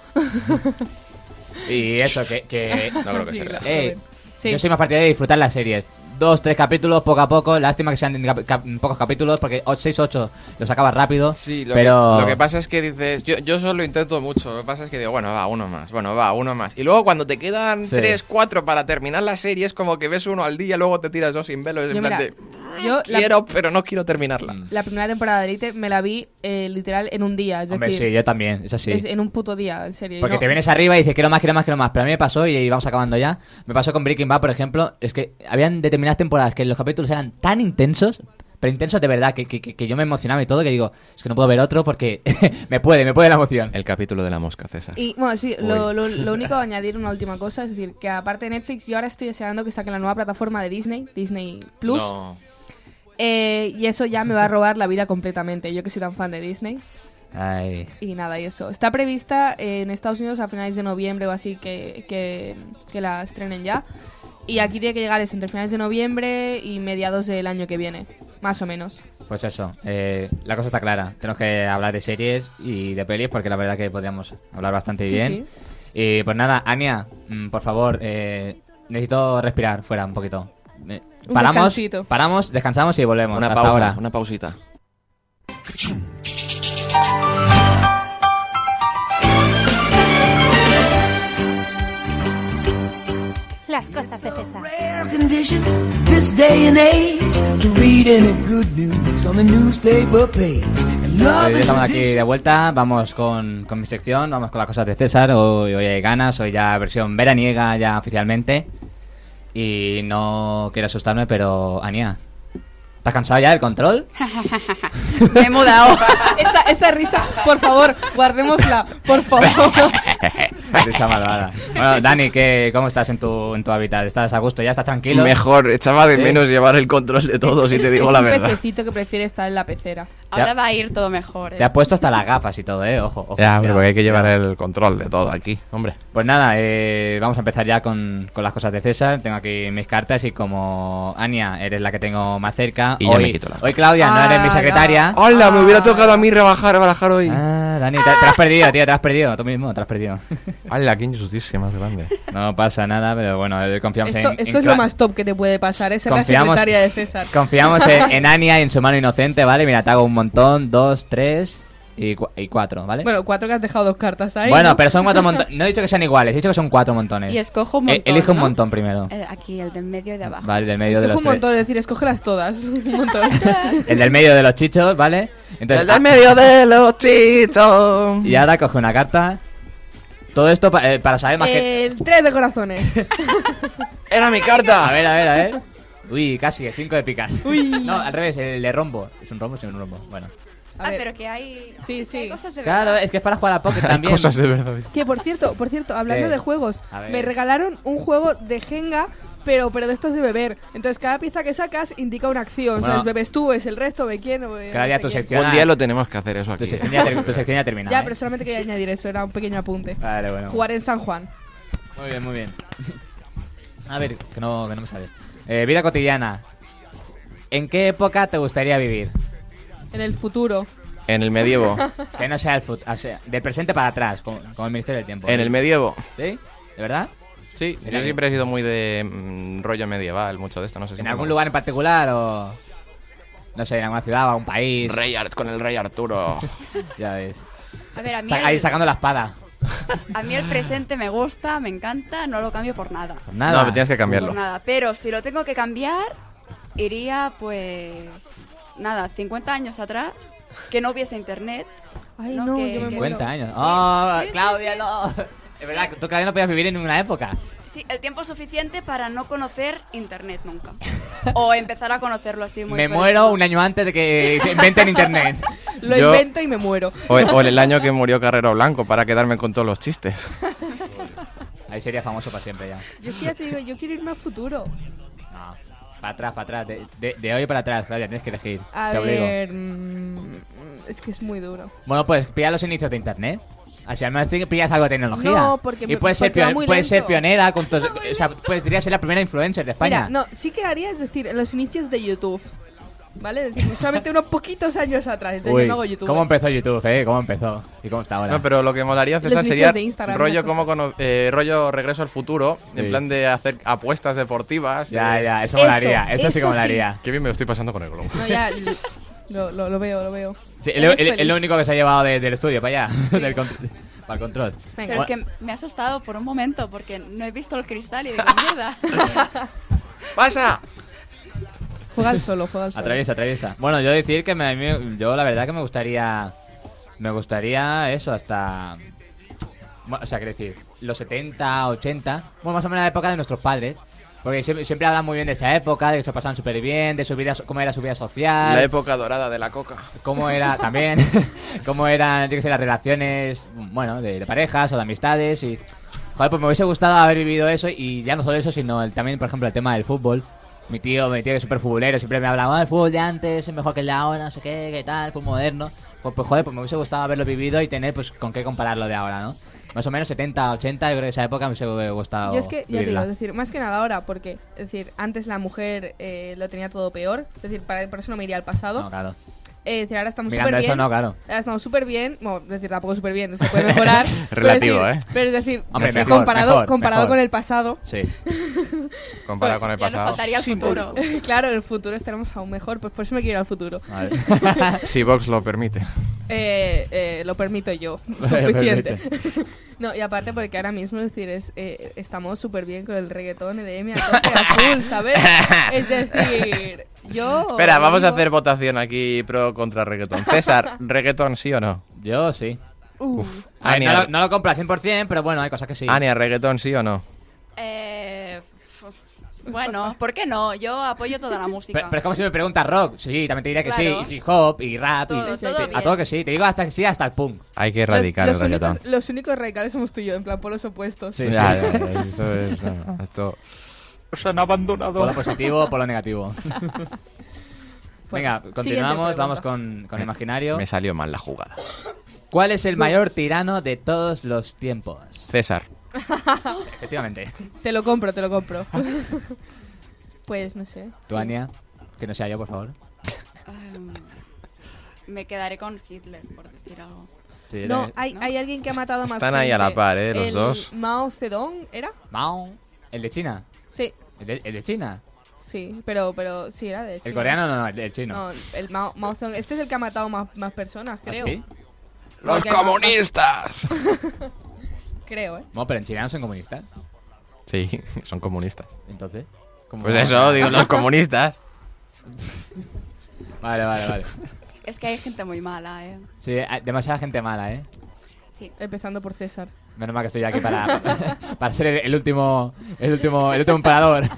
Speaker 2: Y eso, que... que-
Speaker 4: No
Speaker 3: [laughs]
Speaker 4: creo que sea
Speaker 3: Sí,
Speaker 4: esa.
Speaker 2: Eh,
Speaker 3: Sí.
Speaker 2: Yo soy más partidario de disfrutar las series. Dos, tres capítulos, poco a poco. Lástima que sean cap- cap- pocos capítulos, porque 6, 8 los acabas rápido.
Speaker 4: Sí, lo,
Speaker 2: pero...
Speaker 4: que, lo que pasa es que dices, yo, yo solo intento mucho, lo que pasa es que digo, bueno, va, uno más, bueno, va, uno más. Y luego cuando te quedan
Speaker 2: Sí.
Speaker 4: tres, cuatro para terminar la serie, es como que ves uno al día, luego te tiras dos sin velo, es
Speaker 3: Yo,
Speaker 4: en plan
Speaker 3: mira,
Speaker 4: de,
Speaker 3: yo la-
Speaker 4: quiero, pero no quiero terminarla.
Speaker 2: Mm.
Speaker 3: La primera temporada de Elite me la vi eh, literal en un día. Es
Speaker 2: Hombre,
Speaker 3: decir,
Speaker 2: sí, yo también, eso sí.
Speaker 3: es en un puto día, en serio. y
Speaker 2: Porque
Speaker 3: no-
Speaker 2: te vienes arriba y dices, quiero más, quiero más, quiero más. Pero a mí me pasó, y, y vamos acabando ya, me pasó con Breaking Bad, por ejemplo, es que habían determinadas temporadas que los capítulos eran tan intensos, pero intensos de verdad, que, que, que- que yo me emocionaba y todo, que digo, es que no puedo ver otro porque [laughs] me puede, me puede la emoción.
Speaker 4: El capítulo de la mosca, César.
Speaker 3: Y bueno, sí, lo,
Speaker 4: Uy.
Speaker 3: lo- lo único
Speaker 4: [laughs]
Speaker 3: a añadir una última cosa, es decir, que aparte de Netflix, yo ahora estoy deseando que saquen la nueva plataforma de Disney, Disney Plus,
Speaker 4: No.
Speaker 3: eh, y eso ya me va a robar la vida completamente, yo que soy tan fan de Disney,
Speaker 2: Ay.
Speaker 3: y nada, y eso. Está prevista eh, en Estados Unidos a finales de noviembre o así que, que, que la estrenen ya, y aquí tiene que llegar eso entre finales de noviembre y mediados del año que viene, más o menos.
Speaker 2: Pues eso, eh, la cosa está clara. Tenemos que hablar de series y de pelis porque la verdad que podríamos hablar bastante
Speaker 3: Sí,
Speaker 2: bien. Y pues nada, Ania, mm, por favor, eh, necesito respirar fuera un poquito. Eh,
Speaker 3: Un
Speaker 2: paramos,
Speaker 3: descansito.
Speaker 2: paramos, descansamos y volvemos.
Speaker 4: Una
Speaker 2: Hasta
Speaker 4: pausa,
Speaker 2: ahora.
Speaker 4: una pausita.
Speaker 5: Las cosas de César.
Speaker 8: rare condition this day and age to read any good news on the newspaper page. And
Speaker 2: Eh,
Speaker 8: love
Speaker 2: ya
Speaker 8: and
Speaker 2: estamos aquí
Speaker 8: tradition-
Speaker 2: de vuelta, vamos con, con mi sección, vamos con las cosas de César. Hoy, hoy hay ganas, hoy ya versión veraniega ya oficialmente. Y no quiero asustarme, pero Ania, ¿estás cansado ya del control?
Speaker 6: [laughs] Me
Speaker 7: [laughs]
Speaker 6: he mudado.
Speaker 3: Esa, esa risa, por favor, guardémosla, por favor.
Speaker 2: Risa malvada. Bueno, Dani, ¿qué, ¿cómo estás en tu, en tu hábitat? ¿Estás a gusto? ¿Ya estás tranquilo?
Speaker 4: Mejor, echaba de
Speaker 2: Sí.
Speaker 4: menos llevar el control de todo,
Speaker 3: Es-
Speaker 4: si
Speaker 3: es-
Speaker 4: [laughs] te digo
Speaker 3: es
Speaker 4: la
Speaker 3: un
Speaker 4: verdad.
Speaker 3: pececito que prefiere estar en la pecera.
Speaker 6: Ahora va a ir todo mejor. ¿eh?
Speaker 2: Te has puesto hasta las gafas y todo, ¿eh? Ojo, ojo. cuidado.
Speaker 4: el control de todo aquí, hombre.
Speaker 2: Pues nada, eh, vamos a empezar ya con, con las cosas de César. Tengo aquí mis cartas y como Ania, eres la que tengo más cerca.
Speaker 4: Y
Speaker 2: hoy,
Speaker 4: ya me quito las
Speaker 2: hoy Claudia, no eres mi
Speaker 3: Ah,
Speaker 2: secretaria.
Speaker 4: ¡Hola! Me hubiera tocado a mí rebajar, barajar hoy.
Speaker 2: Ah, Ah, Dani, te, te lo has perdido, tío, te lo has perdido. Tú mismo, te lo has perdido.
Speaker 4: ¡Hala, qué injusticia más grande!
Speaker 2: No pasa nada, pero bueno, eh, confiamos
Speaker 3: Esto,
Speaker 2: en.
Speaker 3: esto
Speaker 2: en
Speaker 3: es lo
Speaker 2: Cla-
Speaker 3: más top que te puede pasar, es ser la
Speaker 2: Confiamos-
Speaker 3: secretaria de César.
Speaker 2: Confiamos
Speaker 3: [laughs]
Speaker 2: en, en Ania y en su mano inocente, ¿vale? Mira, te hago un montón, dos, tres y, cua- y cuatro, ¿vale?
Speaker 3: Bueno, cuatro que has dejado dos cartas ahí.
Speaker 2: Bueno,
Speaker 3: ¿no?
Speaker 2: pero son cuatro
Speaker 3: [laughs]
Speaker 2: montones. No he dicho que sean iguales, he dicho que son cuatro montones.
Speaker 7: Y escojo un
Speaker 2: Eh,
Speaker 7: montón.
Speaker 2: elige un
Speaker 7: ¿no?
Speaker 2: montón primero.
Speaker 6: Eh,
Speaker 7: El- aquí, el del medio y de abajo.
Speaker 2: Vale, del medio de
Speaker 3: Escoge
Speaker 2: los
Speaker 3: un
Speaker 2: tres.
Speaker 3: montón, es decir, escógelas todas. [laughs] Un montón.
Speaker 2: El del medio de los chichos, ¿vale? Entonces,
Speaker 4: ¡El del medio de los chichos!
Speaker 2: Y ahora coge una carta. Todo esto pa- eh, para saber más que.
Speaker 3: El tres de corazones.
Speaker 4: ¡Era mi
Speaker 2: A
Speaker 4: carta!
Speaker 2: ver, a ver, a ver. Uy, casi, el 5 de picas. [laughs] No, al revés, el de rombo. ¿Es un rombo o es un rombo? Bueno.
Speaker 3: A
Speaker 7: Ah,
Speaker 3: ver,
Speaker 7: pero que hay.
Speaker 3: Sí, sí.
Speaker 7: que hay cosas de
Speaker 2: Claro,
Speaker 7: verdad.
Speaker 2: es que es para jugar a
Speaker 4: [laughs]
Speaker 2: póker también.
Speaker 4: Cosas de verdad.
Speaker 3: [laughs] Que por cierto, por cierto, hablando
Speaker 2: Eh,
Speaker 3: de juegos,
Speaker 2: a ver.
Speaker 3: me regalaron un juego de Jenga, pero, pero de estos de beber. Entonces cada pieza que sacas indica una acción.
Speaker 2: Bueno.
Speaker 3: o sea, es bebes tú, es el resto, ve quién. o, eh,
Speaker 2: Cada día
Speaker 3: no
Speaker 2: tu
Speaker 3: sé quién.
Speaker 2: sección.
Speaker 4: Un día lo tenemos que hacer eso
Speaker 2: tu
Speaker 4: aquí. ¿eh?
Speaker 2: sección ya, ter- tu sección ya termina.
Speaker 3: Ya,
Speaker 2: ¿eh?
Speaker 3: pero solamente quería añadir eso, era un pequeño apunte.
Speaker 2: Vale, bueno.
Speaker 3: Jugar en San Juan.
Speaker 2: Muy bien, muy bien. [laughs] A ver, que no, que no me sale. Eh, vida cotidiana. ¿En qué época te gustaría vivir?
Speaker 3: En el futuro.
Speaker 4: En
Speaker 2: [laughs]
Speaker 4: el medievo.
Speaker 2: Que no sea el futuro. O sea, del presente para atrás, como, como el Ministerio del Tiempo.
Speaker 4: En el medievo.
Speaker 2: ¿Sí? ¿De verdad?
Speaker 4: Sí,
Speaker 2: En
Speaker 4: yo
Speaker 2: el-
Speaker 4: siempre he sido muy de mm, rollo medieval, mucho de esto, no sé si
Speaker 2: ¿En
Speaker 4: me
Speaker 2: algún
Speaker 4: gusta.
Speaker 2: lugar en particular o.? No sé, en alguna ciudad o algún país.
Speaker 4: Rey Ar- con el
Speaker 2: [laughs]
Speaker 4: rey Arturo.
Speaker 2: Ya ves.
Speaker 7: A ver, a mí,
Speaker 2: Sa- ahí
Speaker 7: el,
Speaker 2: sacando la espada. Pues
Speaker 7: a mí el presente me gusta, me encanta, no lo cambio por nada.
Speaker 2: Nada.
Speaker 4: No, pero tienes que cambiarlo.
Speaker 7: Por nada. Pero si lo tengo que cambiar, iría pues. Nada, 50 años atrás, que no hubiese internet.
Speaker 3: Ay,
Speaker 7: No,
Speaker 3: no,
Speaker 7: que-
Speaker 3: yo me
Speaker 7: que-
Speaker 3: muero.
Speaker 2: 50 años.
Speaker 7: Sí,
Speaker 2: ¡Oh,
Speaker 7: sí, sí,
Speaker 2: Claudia,
Speaker 7: sí. [laughs]
Speaker 2: no! Es verdad, que tú todavía no podías vivir en ninguna época.
Speaker 7: Sí, el tiempo suficiente para no conocer internet nunca. O empezar a conocerlo así muy
Speaker 2: Me
Speaker 7: por
Speaker 2: muero
Speaker 7: encima.
Speaker 2: un año antes de que [laughs] se inventen internet.
Speaker 7: [laughs]
Speaker 3: Lo
Speaker 4: Yo-
Speaker 3: invento y me muero.
Speaker 4: O, o en el año que murió Carrero Blanco para quedarme con todos los chistes.
Speaker 2: Ahí sería famoso para siempre ya.
Speaker 3: Yo es que ya te digo, yo quiero irme al futuro.
Speaker 2: No. Para atrás, para atrás. De, de- de hoy para atrás, Claudia, tienes que elegir.
Speaker 3: A
Speaker 2: Te obligo.
Speaker 3: ver. mm, es que es muy duro.
Speaker 2: Bueno, pues pilla los inicios de internet. Así al menos te pillas algo de tecnología.
Speaker 3: No, porque
Speaker 2: y
Speaker 3: me-
Speaker 2: puedes ser,
Speaker 3: porque va
Speaker 2: pion-
Speaker 3: muy
Speaker 2: puedes ser
Speaker 3: lento.
Speaker 2: pionera con
Speaker 3: [laughs]
Speaker 2: tus- o sea, puedes, podrías ser la primera influencer de España.
Speaker 3: Mira, no, sí que haría, es decir, en los inicios de YouTube. ¿Vale? Es
Speaker 2: [laughs]
Speaker 3: decir, solamente unos poquitos años atrás. Entonces
Speaker 2: Uy,
Speaker 3: yo no hago YouTube.
Speaker 2: ¿Cómo empezó YouTube, eh? ¿Cómo empezó? ¿Y cómo está ahora?
Speaker 4: No, pero lo que molaría César,
Speaker 3: Los vídeos
Speaker 4: sería
Speaker 3: de Instagram,
Speaker 4: rollo
Speaker 3: una cosa.
Speaker 4: como cono- eh, rollo regreso al futuro,
Speaker 2: Sí.
Speaker 4: en plan de hacer apuestas deportivas.
Speaker 2: Ya,
Speaker 4: eh,
Speaker 2: ya, eso,
Speaker 3: Eso,
Speaker 2: molaría. Eso, sí que
Speaker 3: eso sí.
Speaker 2: molaría.
Speaker 4: Qué bien me lo estoy pasando con el globo.
Speaker 3: No, ya. l- Lo, lo, lo veo, lo veo.
Speaker 2: Sí,
Speaker 3: Ya
Speaker 2: el-
Speaker 3: ves
Speaker 2: el-
Speaker 3: feliz.
Speaker 2: el único que se ha llevado de- del estudio para allá. [laughs] del con- para el control.
Speaker 3: Venga.
Speaker 7: Pero es que me ha asustado por un momento porque no he visto el cristal y digo,
Speaker 2: [laughs]
Speaker 7: mierda.
Speaker 4: ¡Pasa!
Speaker 3: Juega al solo, juega al solo.
Speaker 2: Atraviesa, atraviesa. Bueno, yo decir que me- a mí- yo la verdad que me gustaría. Me gustaría eso hasta. bueno, O sea, quiero decir, los 70, 80. Bueno, más o menos la época de nuestros padres. Porque siempre, siempre hablan muy bien de esa época, de que se lo pasaban súper bien, de su vida, so- cómo era su vida social.
Speaker 4: La época dorada de la coca.
Speaker 2: cómo era también, [laughs] cómo eran, yo qué sé, las relaciones, bueno, de, de parejas o de amistades y... Joder, pues me hubiese gustado haber vivido eso y ya no solo eso, sino el- también, por ejemplo, el tema del fútbol. Mi tío, mi tío que es súper futbolero, siempre me hablaba, "Ah, el fútbol de antes es mejor que el de ahora, no sé qué, qué tal, el fútbol moderno. Pues, pues joder, pues me hubiese gustado haberlo vivido y tener, pues, con qué compararlo de ahora, ¿no? Más o menos 70, 80, yo creo que esa época me hubiese gustado
Speaker 3: Yo es que, ya te digo, este
Speaker 2: vivirla.
Speaker 3: es decir, más que nada ahora, porque, es decir, antes la mujer eh, lo tenía todo peor, es decir, para, por eso no me iría al pasado.
Speaker 2: No, claro.
Speaker 3: Eh, es decir, ahora estamos
Speaker 2: Mirando
Speaker 3: súper bien.
Speaker 2: eso, no, claro.
Speaker 3: Ahora estamos súper bien, bueno, es decir, tampoco súper bien, se puede
Speaker 2: [laughs]
Speaker 3: mejorar. pero es
Speaker 4: Relativo,
Speaker 3: decir-
Speaker 4: ¿eh?
Speaker 3: Pero es decir,
Speaker 2: Hombre,
Speaker 3: sí,
Speaker 2: mejor,
Speaker 3: comparado,
Speaker 2: mejor,
Speaker 3: comparado
Speaker 2: mejor.
Speaker 3: con el pasado,
Speaker 2: Sí.
Speaker 4: Comparado con el
Speaker 7: ya nos
Speaker 4: pasado.
Speaker 7: faltaría el futuro.
Speaker 3: [laughs] claro, en el futuro estaremos aún mejor, pues por eso me quiero ir al futuro.
Speaker 2: [laughs] Vale.
Speaker 4: [laughs]
Speaker 2: [laughs]
Speaker 4: Si Vox lo permite.
Speaker 3: Eh, eh, lo
Speaker 2: [laughs]
Speaker 3: permito yo, [laughs] suficiente. [laughs] no, y aparte porque ahora mismo, es decir, es, eh, estamos súper bien con el reggaetón EDM a tope,
Speaker 2: [laughs]
Speaker 3: a full, ¿sabes? Es decir, yo...
Speaker 4: Espera, vamos a
Speaker 3: digo-
Speaker 4: hacer votación aquí pro contra reggaetón. César, ¿reggaetón sí o no?
Speaker 2: Yo sí.
Speaker 3: Uh,
Speaker 2: A ver, no,
Speaker 4: Ania.
Speaker 2: Ah, lo, Ah, no lo compro al 100%, pero bueno, hay cosas que sí.
Speaker 4: Ania, ¿reggaetón sí o no?
Speaker 7: Eh, f- f- bueno, ¿por qué no? Yo apoyo toda la música.
Speaker 2: Pe- Pero, es como si me preguntas rock. Sí, también te diría que
Speaker 7: Claro.
Speaker 2: sí. Y hip hop, y rap, y-
Speaker 7: Todo,
Speaker 2: y.
Speaker 7: todo
Speaker 2: te- a
Speaker 7: bien.
Speaker 2: todo que sí. Te digo hasta que sí, hasta el punk.
Speaker 4: Hay que
Speaker 3: los-
Speaker 4: erradicar
Speaker 3: los,
Speaker 4: el reggaetón.
Speaker 3: únicos, los únicos radicales somos tú y yo, en plan, polos opuestos.
Speaker 2: Sí,
Speaker 4: Ya,
Speaker 2: sí.
Speaker 4: ya, ya, esto es- no, esto-
Speaker 2: Por lo positivo, por lo negativo. Venga,
Speaker 3: siguiente
Speaker 2: continuamos. Vamos
Speaker 3: pregunta.
Speaker 2: con, con Imaginario.
Speaker 4: Me salió mal la jugada.
Speaker 2: ¿Cuál es el mayor tirano de todos los tiempos?
Speaker 4: César,
Speaker 3: [laughs]
Speaker 2: Efectivamente.
Speaker 3: Te lo compro, te lo compro.
Speaker 4: [laughs]
Speaker 3: [laughs] pues no sé.
Speaker 2: Tú, Ania, que no sea yo, por favor.
Speaker 7: Em, me quedaré con Hitler, por decir algo.
Speaker 2: Sí, yo
Speaker 3: No, ah.
Speaker 2: también.
Speaker 3: hay, hay alguien que ha matado más
Speaker 4: Están ahí a la
Speaker 3: gente.
Speaker 4: par, ¿eh? Los
Speaker 3: El
Speaker 4: dos.
Speaker 3: Mao Zedong, ¿era?
Speaker 2: Mao. El de China.
Speaker 3: Sí,
Speaker 2: El de, el de China.
Speaker 3: sí, pero, pero sí, era de
Speaker 2: El
Speaker 3: China.
Speaker 2: coreano no, no, el, el chino.
Speaker 3: No, el Mao, Mao Zedong. Este es el que ha matado más, más personas,
Speaker 2: ¿Ah,
Speaker 3: creo.
Speaker 2: sí?
Speaker 4: ¡Los
Speaker 3: Porque hay más-
Speaker 4: comunistas!
Speaker 3: Creo, ¿eh?
Speaker 2: Bueno, pero en China no son comunistas.
Speaker 4: [laughs] Sí, son comunistas.
Speaker 2: Entonces. ¿cómo
Speaker 4: Pues
Speaker 2: va?
Speaker 4: eso, digo, los comunistas.
Speaker 2: Vale, vale,
Speaker 4: [laughs]
Speaker 2: vale.
Speaker 6: Es que hay gente muy mala, ¿eh?
Speaker 2: Sí, hay demasiada gente mala, ¿eh?
Speaker 3: Empezando por César.
Speaker 2: Menos mal que estoy yo aquí para, [laughs] para ser el, el último el último el último emperador.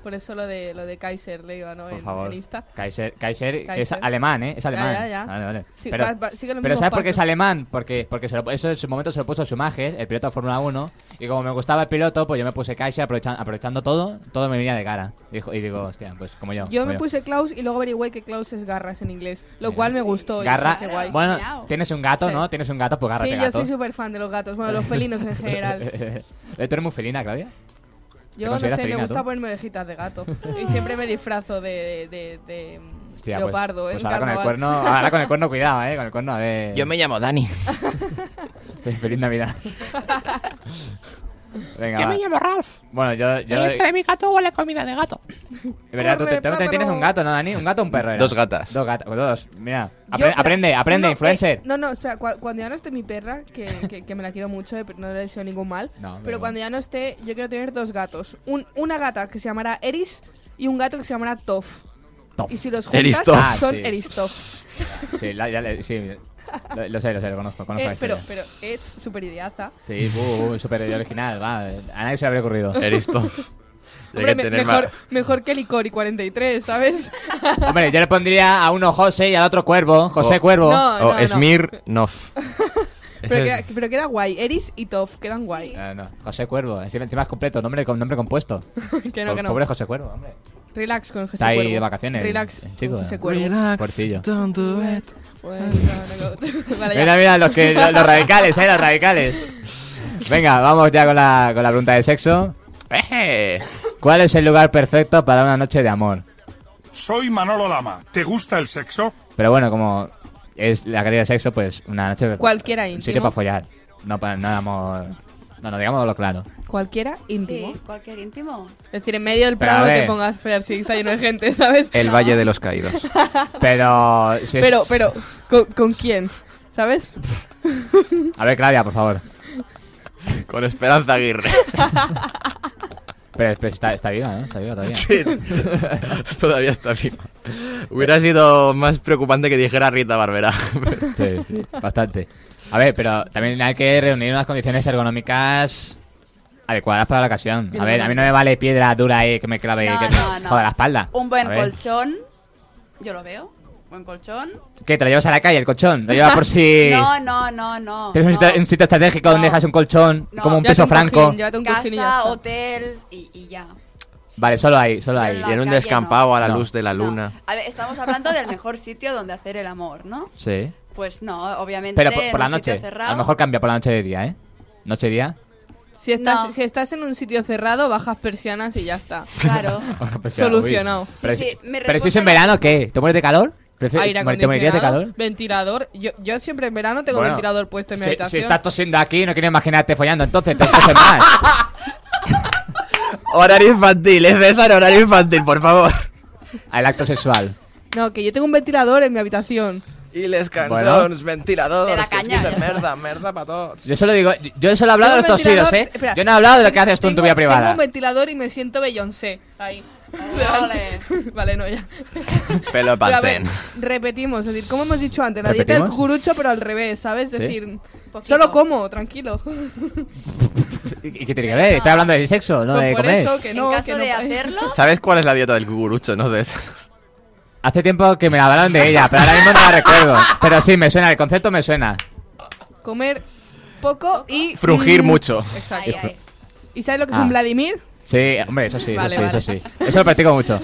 Speaker 3: Por eso lo de, lo de Kaiser le iba, ¿no?
Speaker 2: Por
Speaker 3: en,
Speaker 2: favor.
Speaker 3: en Insta.
Speaker 2: Kaiser, Kaiser, que es
Speaker 3: Kaiser.
Speaker 2: alemán, ¿eh? Es alemán.
Speaker 3: ya, ya.
Speaker 2: Vale, vale.
Speaker 3: Sí,
Speaker 2: pero
Speaker 3: va- va- sigue los
Speaker 2: pero
Speaker 3: mismos
Speaker 2: ¿sabes por qué
Speaker 3: pasos.
Speaker 2: es alemán? Porque, porque se lo- eso en su momento se lo puso Schumacher, el piloto de Fórmula 1. Y como me gustaba el piloto, pues yo me puse Kaiser aprovechando, aprovechando todo. Todo me venía de cara. Dijo, y digo, hostia, pues como yo.
Speaker 3: Yo
Speaker 2: como
Speaker 3: me puse Klaus y luego averigüé que Klaus es garras en inglés, lo
Speaker 2: Mira.
Speaker 3: cual me gustó. y
Speaker 2: Garra.
Speaker 3: dije, qué guay.
Speaker 2: Bueno, tienes un gato,
Speaker 3: Sí.
Speaker 2: ¿no? Tienes un gato, pues gárrate
Speaker 3: sí, yo
Speaker 2: gato.
Speaker 3: soy súper fan de los gatos, bueno, los
Speaker 2: [laughs]
Speaker 3: felinos en general.
Speaker 2: ¿Tú eres muy felina, Claudia?
Speaker 3: Yo no
Speaker 2: consideras
Speaker 3: sé,
Speaker 2: felina,
Speaker 3: me gusta
Speaker 2: tú?
Speaker 3: ponerme orejitas de gato. y siempre me disfrazo de, de, de, mm,
Speaker 2: Hostia, pues-
Speaker 3: leopardo.
Speaker 2: pues,
Speaker 3: en
Speaker 2: ahora con el
Speaker 3: carnaval.
Speaker 2: cuerno, ahora con el cuerno cuidado, eh, con el cuerno a ver.
Speaker 4: Yo me llamo Dani.
Speaker 2: Fe- Pues
Speaker 9: [laughs]
Speaker 2: Feliz Navidad. Venga.
Speaker 9: Yo
Speaker 2: va.
Speaker 9: me llamo Ralph.
Speaker 2: Bueno, yo yo
Speaker 9: El este de mi gato huele a comida de gato.
Speaker 2: de verdad tú,
Speaker 3: Corre,
Speaker 2: tú también tienes
Speaker 3: pájaro.
Speaker 2: un gato, ¿no, Dani? Un gato o un perro. era?
Speaker 4: Dos gatas.
Speaker 2: Dos gatos, dos. Mira,
Speaker 3: Yo-
Speaker 2: apre- aprende, aprende,
Speaker 3: No, no,
Speaker 2: influencer.
Speaker 3: eh, no, no, espera, cua- cuando ya no esté mi perra, que, que- que me la quiero mucho, eh, pero no le deseo ningún mal,
Speaker 2: No,
Speaker 3: pero,
Speaker 2: pero
Speaker 3: cuando ya no esté, yo quiero tener dos gatos. Un- una gata que se llamará Eris y un gato que se llamará Toff.
Speaker 2: Toff.
Speaker 3: Y si los
Speaker 4: Eris
Speaker 3: juntas,
Speaker 4: Toff.
Speaker 2: Ah,
Speaker 3: son
Speaker 2: sí.
Speaker 3: Eris Toff.
Speaker 2: Sí, la- ya le- sí, Lo, lo sé, lo sé, lo conozco, conozco
Speaker 3: Eh,
Speaker 2: la
Speaker 3: pero,
Speaker 2: historia.
Speaker 3: pero es súper ideaza.
Speaker 2: Sí, uh, uh, súper original, va. A nadie se le habría ocurrido.
Speaker 4: Eres tú. Hay
Speaker 3: Hombre,
Speaker 4: que
Speaker 3: me-
Speaker 4: tener
Speaker 3: mejor,
Speaker 4: más-
Speaker 3: mejor que Licori 43, ¿sabes?
Speaker 2: Hombre, yo le pondría a uno José y al otro Cuervo. José
Speaker 4: Oh.
Speaker 2: Cuervo.
Speaker 3: No.
Speaker 4: O Smirnov.
Speaker 3: pero,
Speaker 4: Ese-
Speaker 3: queda, pero queda guay. Eris y Toff quedan guay.
Speaker 2: Eh, no, José Cuervo. Encima encima es completo, nombre, con nombre compuesto.
Speaker 3: [laughs] que no, que no.
Speaker 2: Pobre José Cuervo, hombre.
Speaker 3: Relax con José
Speaker 2: Está ahí
Speaker 3: Cuervo.
Speaker 2: de vacaciones,
Speaker 3: Relax
Speaker 2: el chico,
Speaker 3: con
Speaker 2: eh.
Speaker 3: José Cuervo.
Speaker 2: Portillo.
Speaker 4: don't do it.
Speaker 3: Bueno, no, no, [laughs] vale, ya.
Speaker 2: Mira, mira, los, que, los, los radicales, ¿eh? Los radicales. Venga, vamos ya con la, con la pregunta de sexo.
Speaker 4: ¡Eh!
Speaker 2: ¿Cuál es el lugar perfecto para una noche de amor?
Speaker 10: Soy Manolo Lama. ¿Te gusta el sexo?
Speaker 2: Pero bueno, como es la calidad de sexo, pues una noche...
Speaker 3: Cualquiera
Speaker 2: Un
Speaker 3: íntimo.
Speaker 2: sitio para follar. No para nada amor... No, no, digámoslo claro.
Speaker 3: Cualquiera íntimo.
Speaker 6: Sí, cualquier íntimo.
Speaker 3: Es decir, en medio del
Speaker 2: Pero
Speaker 3: prado
Speaker 2: a ver. Eh,
Speaker 3: te pongas a esperar si está lleno de gente, ¿sabes?
Speaker 4: El Valle de los Caídos.
Speaker 2: Pero... si es-
Speaker 3: Pero, pero, ¿con, con quién? ¿Sabes?
Speaker 2: A ver, Claudia, por favor.
Speaker 4: [laughs] Con Esperanza Aguirre. [laughs]
Speaker 2: Pero, pero está, está viva, ¿no? Está viva todavía.
Speaker 4: Todavía está viva. Hubiera sido más preocupante que dijera Rita Barbera.
Speaker 2: Sí, sí, bastante. A ver, pero también hay que reunir unas condiciones ergonómicas adecuadas para la ocasión. A ver, a mí no me vale piedra dura ahí que me clave
Speaker 6: No,
Speaker 2: Eh, que
Speaker 6: no, no.
Speaker 2: joda la espalda.
Speaker 6: Un buen
Speaker 2: A ver,
Speaker 6: colchón. Yo lo veo. Buen colchón.
Speaker 2: ¿Qué? ¿Te lo llevas a la calle el colchón? ¿Lo
Speaker 6: [laughs]
Speaker 2: llevas por si
Speaker 6: No, no, no, no.
Speaker 2: tienes un
Speaker 6: no.
Speaker 2: sitio- un, sitio estratégico donde
Speaker 6: No.
Speaker 2: dejas un colchón
Speaker 6: No,
Speaker 2: como un
Speaker 3: Llévate
Speaker 2: piso
Speaker 3: un cojín,
Speaker 2: franco?
Speaker 3: llévate un cojín y ya
Speaker 6: Casa,
Speaker 3: está.
Speaker 6: hotel y, y ya.
Speaker 2: Vale, solo ahí, solo ahí.
Speaker 6: Pero
Speaker 4: Y en un
Speaker 6: calle
Speaker 4: descampado a la
Speaker 2: no.
Speaker 4: luz de la
Speaker 6: No.
Speaker 4: luna.
Speaker 6: A ver, estamos hablando del mejor sitio donde hacer el amor, ¿no?
Speaker 2: Sí.
Speaker 6: Pues no, obviamente.
Speaker 2: Pero por, por
Speaker 6: en
Speaker 2: la
Speaker 6: un sitio
Speaker 2: noche.
Speaker 6: cerrado.
Speaker 2: A lo mejor cambia por la noche de día, ¿eh? Noche de
Speaker 3: [laughs]
Speaker 2: día.
Speaker 3: Si estás,
Speaker 6: No.
Speaker 3: si estás en un sitio cerrado, bajas persianas y ya está.
Speaker 2: [laughs]
Speaker 6: Claro.
Speaker 2: Pues ya, uy.
Speaker 3: Solucionado.
Speaker 6: Sí,
Speaker 2: Pero,
Speaker 6: sí,
Speaker 2: si- pero
Speaker 6: mi
Speaker 2: si es
Speaker 6: respuesta
Speaker 2: en
Speaker 6: era-
Speaker 2: verano, ¿qué? ¿Te mueres de calor? Prefi-
Speaker 3: Aire
Speaker 2: ¿Te morirías de calor?
Speaker 3: acondicionado, ventilador. Yo, yo siempre en verano tengo
Speaker 2: Bueno,
Speaker 3: ventilador puesto en mi
Speaker 2: si,
Speaker 3: habitación.
Speaker 2: si estás tosiendo aquí, no quiero imaginarte follando, entonces te toses
Speaker 3: [laughs]
Speaker 2: más.
Speaker 4: Horario infantil, es César, horario infantil, por favor.
Speaker 2: Al acto sexual.
Speaker 3: No, que yo tengo un ventilador en mi habitación.
Speaker 4: Y les
Speaker 2: Bueno.
Speaker 4: ventiladores,
Speaker 6: De la caña,
Speaker 4: es
Speaker 6: ya
Speaker 4: de
Speaker 6: está.
Speaker 4: merda, merda para [laughs] todos.
Speaker 2: Yo solo digo, yo solo he hablado de los
Speaker 3: Tengo un
Speaker 2: tosidos,
Speaker 3: ventilador-
Speaker 2: ¿eh?
Speaker 3: espera.
Speaker 2: yo no he hablado de lo que haces tú en tu
Speaker 3: Tengo-
Speaker 2: vida
Speaker 3: Tengo
Speaker 2: privada.
Speaker 3: un ventilador y me siento Beyoncé. [laughs] Ahí.
Speaker 6: Ole.
Speaker 3: vale, no, ya.
Speaker 4: Pelo
Speaker 3: Pero a ver,
Speaker 4: pantén.
Speaker 3: repetimos, es decir, como hemos dicho antes, la dieta del
Speaker 2: ¿Repetimos?
Speaker 3: cucurucho, pero al revés, ¿sabes? Es
Speaker 2: Sí.
Speaker 3: decir,
Speaker 6: Poquito.
Speaker 3: solo como, tranquilo.
Speaker 2: ¿Y qué tiene que ver? Estoy hablando de sexo, no
Speaker 3: [laughs] Pues
Speaker 2: de
Speaker 3: por
Speaker 2: comer.
Speaker 3: eso que no,
Speaker 6: en caso
Speaker 3: que no
Speaker 6: de
Speaker 3: pa-
Speaker 6: hacerlo,
Speaker 4: ¿Sabes cuál es la dieta del cucurucho, no, César?
Speaker 2: Hace tiempo que me hablaron de ella, pero ahora mismo
Speaker 3: [laughs]
Speaker 2: no la recuerdo. Pero sí, me suena, el concepto me suena.
Speaker 3: [laughs] Comer poco y.
Speaker 4: Frugir
Speaker 3: mm,
Speaker 4: mucho.
Speaker 3: Exacto.
Speaker 6: ahí, ahí.
Speaker 3: ¿Y sabes lo que
Speaker 2: Ah.
Speaker 3: es un Vladimir?
Speaker 2: Sí, hombre, eso sí,
Speaker 3: Vale,
Speaker 2: eso sí,
Speaker 3: vale.
Speaker 2: eso sí. Eso lo practico
Speaker 3: [laughs]
Speaker 2: mucho.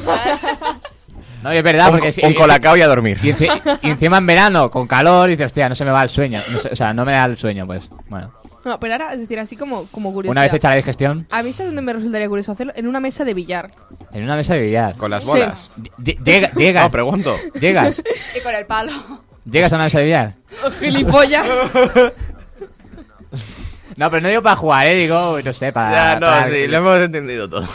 Speaker 2: No, y es verdad,
Speaker 4: un,
Speaker 2: porque... sí-
Speaker 4: un colacao y a dormir.
Speaker 2: y, enci- y encima en verano, con calor, dices, hostia, no se me va el sueño. No se- o sea, no me da el sueño, pues. Bueno,
Speaker 3: No, pero ahora, es decir, así como, como curiosidad.
Speaker 2: una vez hecha la digestión,
Speaker 3: A mí, ¿sabes dónde me resultaría curioso hacerlo? En una mesa de
Speaker 6: [laughs]
Speaker 3: billar.
Speaker 2: en una mesa de billar.
Speaker 4: Con las
Speaker 3: Sí.
Speaker 4: bolas.
Speaker 2: Lle- lle- Llega,
Speaker 4: No,
Speaker 2: llegas,
Speaker 4: pregunto.
Speaker 2: llegas,
Speaker 6: Y con el palo.
Speaker 2: llegas a una mesa de billar.
Speaker 6: Oh,
Speaker 3: gilipollas. [laughs]
Speaker 2: No, pero no digo para jugar, ¿eh? Digo, no sé, para...
Speaker 4: Ya, no,
Speaker 2: para-
Speaker 4: sí, lo hemos entendido todo.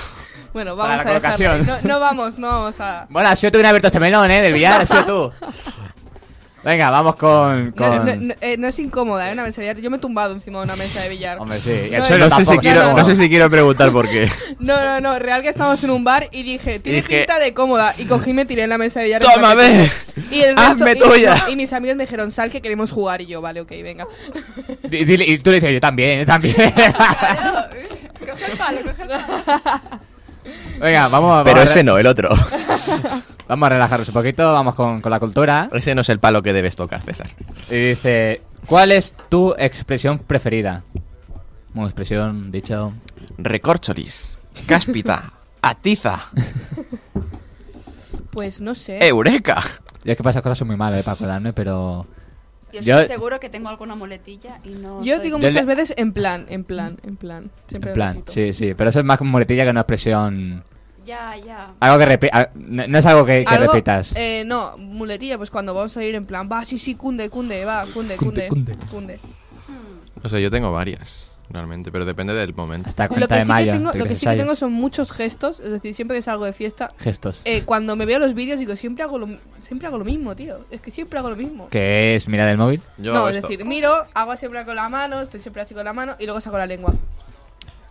Speaker 3: Bueno,
Speaker 2: Para
Speaker 3: vamos
Speaker 2: la
Speaker 3: a dejarlo. ahí. No,
Speaker 2: colocación.
Speaker 3: no vamos, no
Speaker 2: [laughs]
Speaker 3: vamos a.
Speaker 2: Bueno, has sido tú quien ha abierto este melón, ¿eh? Del billar, has sido tú. Venga, vamos con...
Speaker 3: No,
Speaker 2: con...
Speaker 3: no- no- eh, no es incómoda, ¿eh? Una mesa de billar. Yo me he tumbado encima de una mesa de billar.
Speaker 2: Hombre, sí. Y
Speaker 3: No,
Speaker 2: el suelo
Speaker 3: no sé si
Speaker 2: tampoco.
Speaker 3: quiero-
Speaker 2: está
Speaker 3: no sé
Speaker 2: cómodo.
Speaker 4: si quiero preguntar
Speaker 3: [laughs]
Speaker 4: por qué.
Speaker 3: No, no, no. Real que estábamos en un bar y dije, tiene
Speaker 4: Dije-
Speaker 3: pinta de cómoda. Y cogí y me tiré en la mesa de billar.
Speaker 4: ¡Toma, ve!
Speaker 3: Y el resto-
Speaker 4: ¡Hazme
Speaker 3: y-
Speaker 4: tuya!
Speaker 3: no, Y, mis amigos me dijeron, sal que queremos jugar. Y yo, vale, ok, [laughs] venga.
Speaker 2: Di- dile- Y tú le dices, yo también, yo también. [laughs]
Speaker 3: coge el palo, coge el palo.
Speaker 2: Venga, vamos,
Speaker 4: Pero
Speaker 2: vamos, a
Speaker 4: ese no, el otro.
Speaker 2: vamos a relajarnos un poquito, vamos con, con la cultura.
Speaker 4: Ese no es el palo que debes tocar, César.
Speaker 2: Y dice, ¿cuál es tu expresión preferida? Bueno, expresión, dicho...
Speaker 4: Recorcholis, [laughs] cáspita, atiza,
Speaker 3: [laughs] Eh. Pues no sé.
Speaker 2: Eh,
Speaker 4: eureka.
Speaker 2: Yo es que para esas cosas soy muy malo, ¿eh? Para acordarme, pero...
Speaker 6: Yo
Speaker 2: Yo-
Speaker 6: estoy seguro que tengo alguna muletilla y no.
Speaker 3: Yo
Speaker 6: soy-
Speaker 3: digo
Speaker 2: Yo
Speaker 3: muchas
Speaker 2: le-
Speaker 3: veces en plan, en plan, en plan. Siempre
Speaker 2: En
Speaker 3: lo
Speaker 2: plan,
Speaker 3: repito.
Speaker 2: sí, sí. Pero eso es más como muletilla que una expresión...
Speaker 6: Ya, ya.
Speaker 2: Algo que repi- a- No no es algo que, que
Speaker 3: Algo,
Speaker 2: repitas.
Speaker 3: eh, no, muletilla, pues cuando vamos a ir en plan, va, sí, sí, cunde, cunde, va, cunde, cunde, cunde.
Speaker 4: O sea, yo tengo varias, realmente, pero depende del momento.
Speaker 2: Hasta
Speaker 3: Lo
Speaker 2: 40
Speaker 3: que,
Speaker 2: de
Speaker 3: sí que,
Speaker 2: mayo.
Speaker 3: tengo, lo
Speaker 2: primer
Speaker 3: que sí que
Speaker 2: ensayo.
Speaker 3: tengo son muchos gestos, es decir, siempre que salgo de fiesta,
Speaker 2: Gestos.
Speaker 3: eh, cuando me veo los vídeos digo, siempre hago, lo, siempre hago lo mismo, tío, es que siempre hago lo mismo.
Speaker 2: ¿Qué es mirar el móvil?
Speaker 4: Yo
Speaker 3: no,
Speaker 4: hago
Speaker 3: es
Speaker 4: esto.
Speaker 3: decir, [laughs] miro, hago siempre con la mano, estoy siempre así con la mano y luego saco la lengua.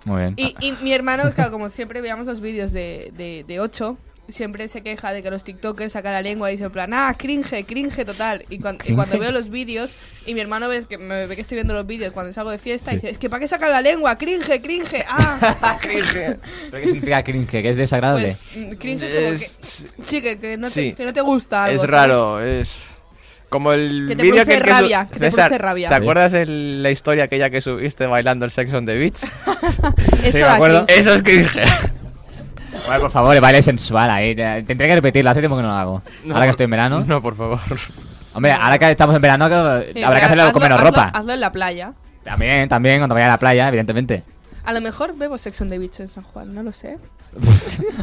Speaker 2: Muy bien.
Speaker 3: Y, y mi hermano, [laughs] claro, como siempre veíamos los vídeos de, de, de 8, siempre se queja de que los TikTokers sacan la lengua y dicen en plan, ah, cringe, cringe total. Y, cuan- y cuando veo los vídeos, y mi hermano ve que, me ve que estoy viendo los vídeos cuando salgo de fiesta, y dice, es que ¿para qué sacan la lengua? Cringe, cringe, ah.
Speaker 2: [laughs] ¿Pero qué significa cringe? ¿Que es desagradable?
Speaker 3: Pues, mm, cringe es como
Speaker 4: Es-
Speaker 3: que, sí, que, que no, te,
Speaker 4: sí.
Speaker 3: que no te gusta algo, ¿sabes?
Speaker 4: es raro, es como el
Speaker 3: Que te
Speaker 4: vídeo
Speaker 3: produce
Speaker 4: que, que su-
Speaker 3: rabia, que te
Speaker 4: César,
Speaker 3: produce rabia.
Speaker 4: ¿Te acuerdas el- la historia aquella que subiste bailando el Sex on
Speaker 3: [laughs]
Speaker 4: the Beach?
Speaker 3: Eso
Speaker 2: me
Speaker 3: da
Speaker 2: acuerdo.
Speaker 3: cringe.
Speaker 4: Eso es cringe.
Speaker 3: Pues,
Speaker 2: Bueno, por favor, vale sensual ahí. eh, Tendré que repetirlo, hace tiempo que no lo hago. ahora que estoy en verano.
Speaker 4: No, por
Speaker 2: [laughs]
Speaker 4: favor.
Speaker 2: Hombre, ahora que estamos en verano, que-
Speaker 3: Sí,
Speaker 2: habrá que
Speaker 3: pero
Speaker 2: hacerlo con
Speaker 3: Eh, hazlo-
Speaker 2: menos
Speaker 3: hazlo-
Speaker 2: ropa.
Speaker 3: Hazlo en la playa.
Speaker 2: También, también, cuando vaya a la playa, evidentemente.
Speaker 3: A lo mejor bebo Sex on the Beach en San Juan, no lo sé.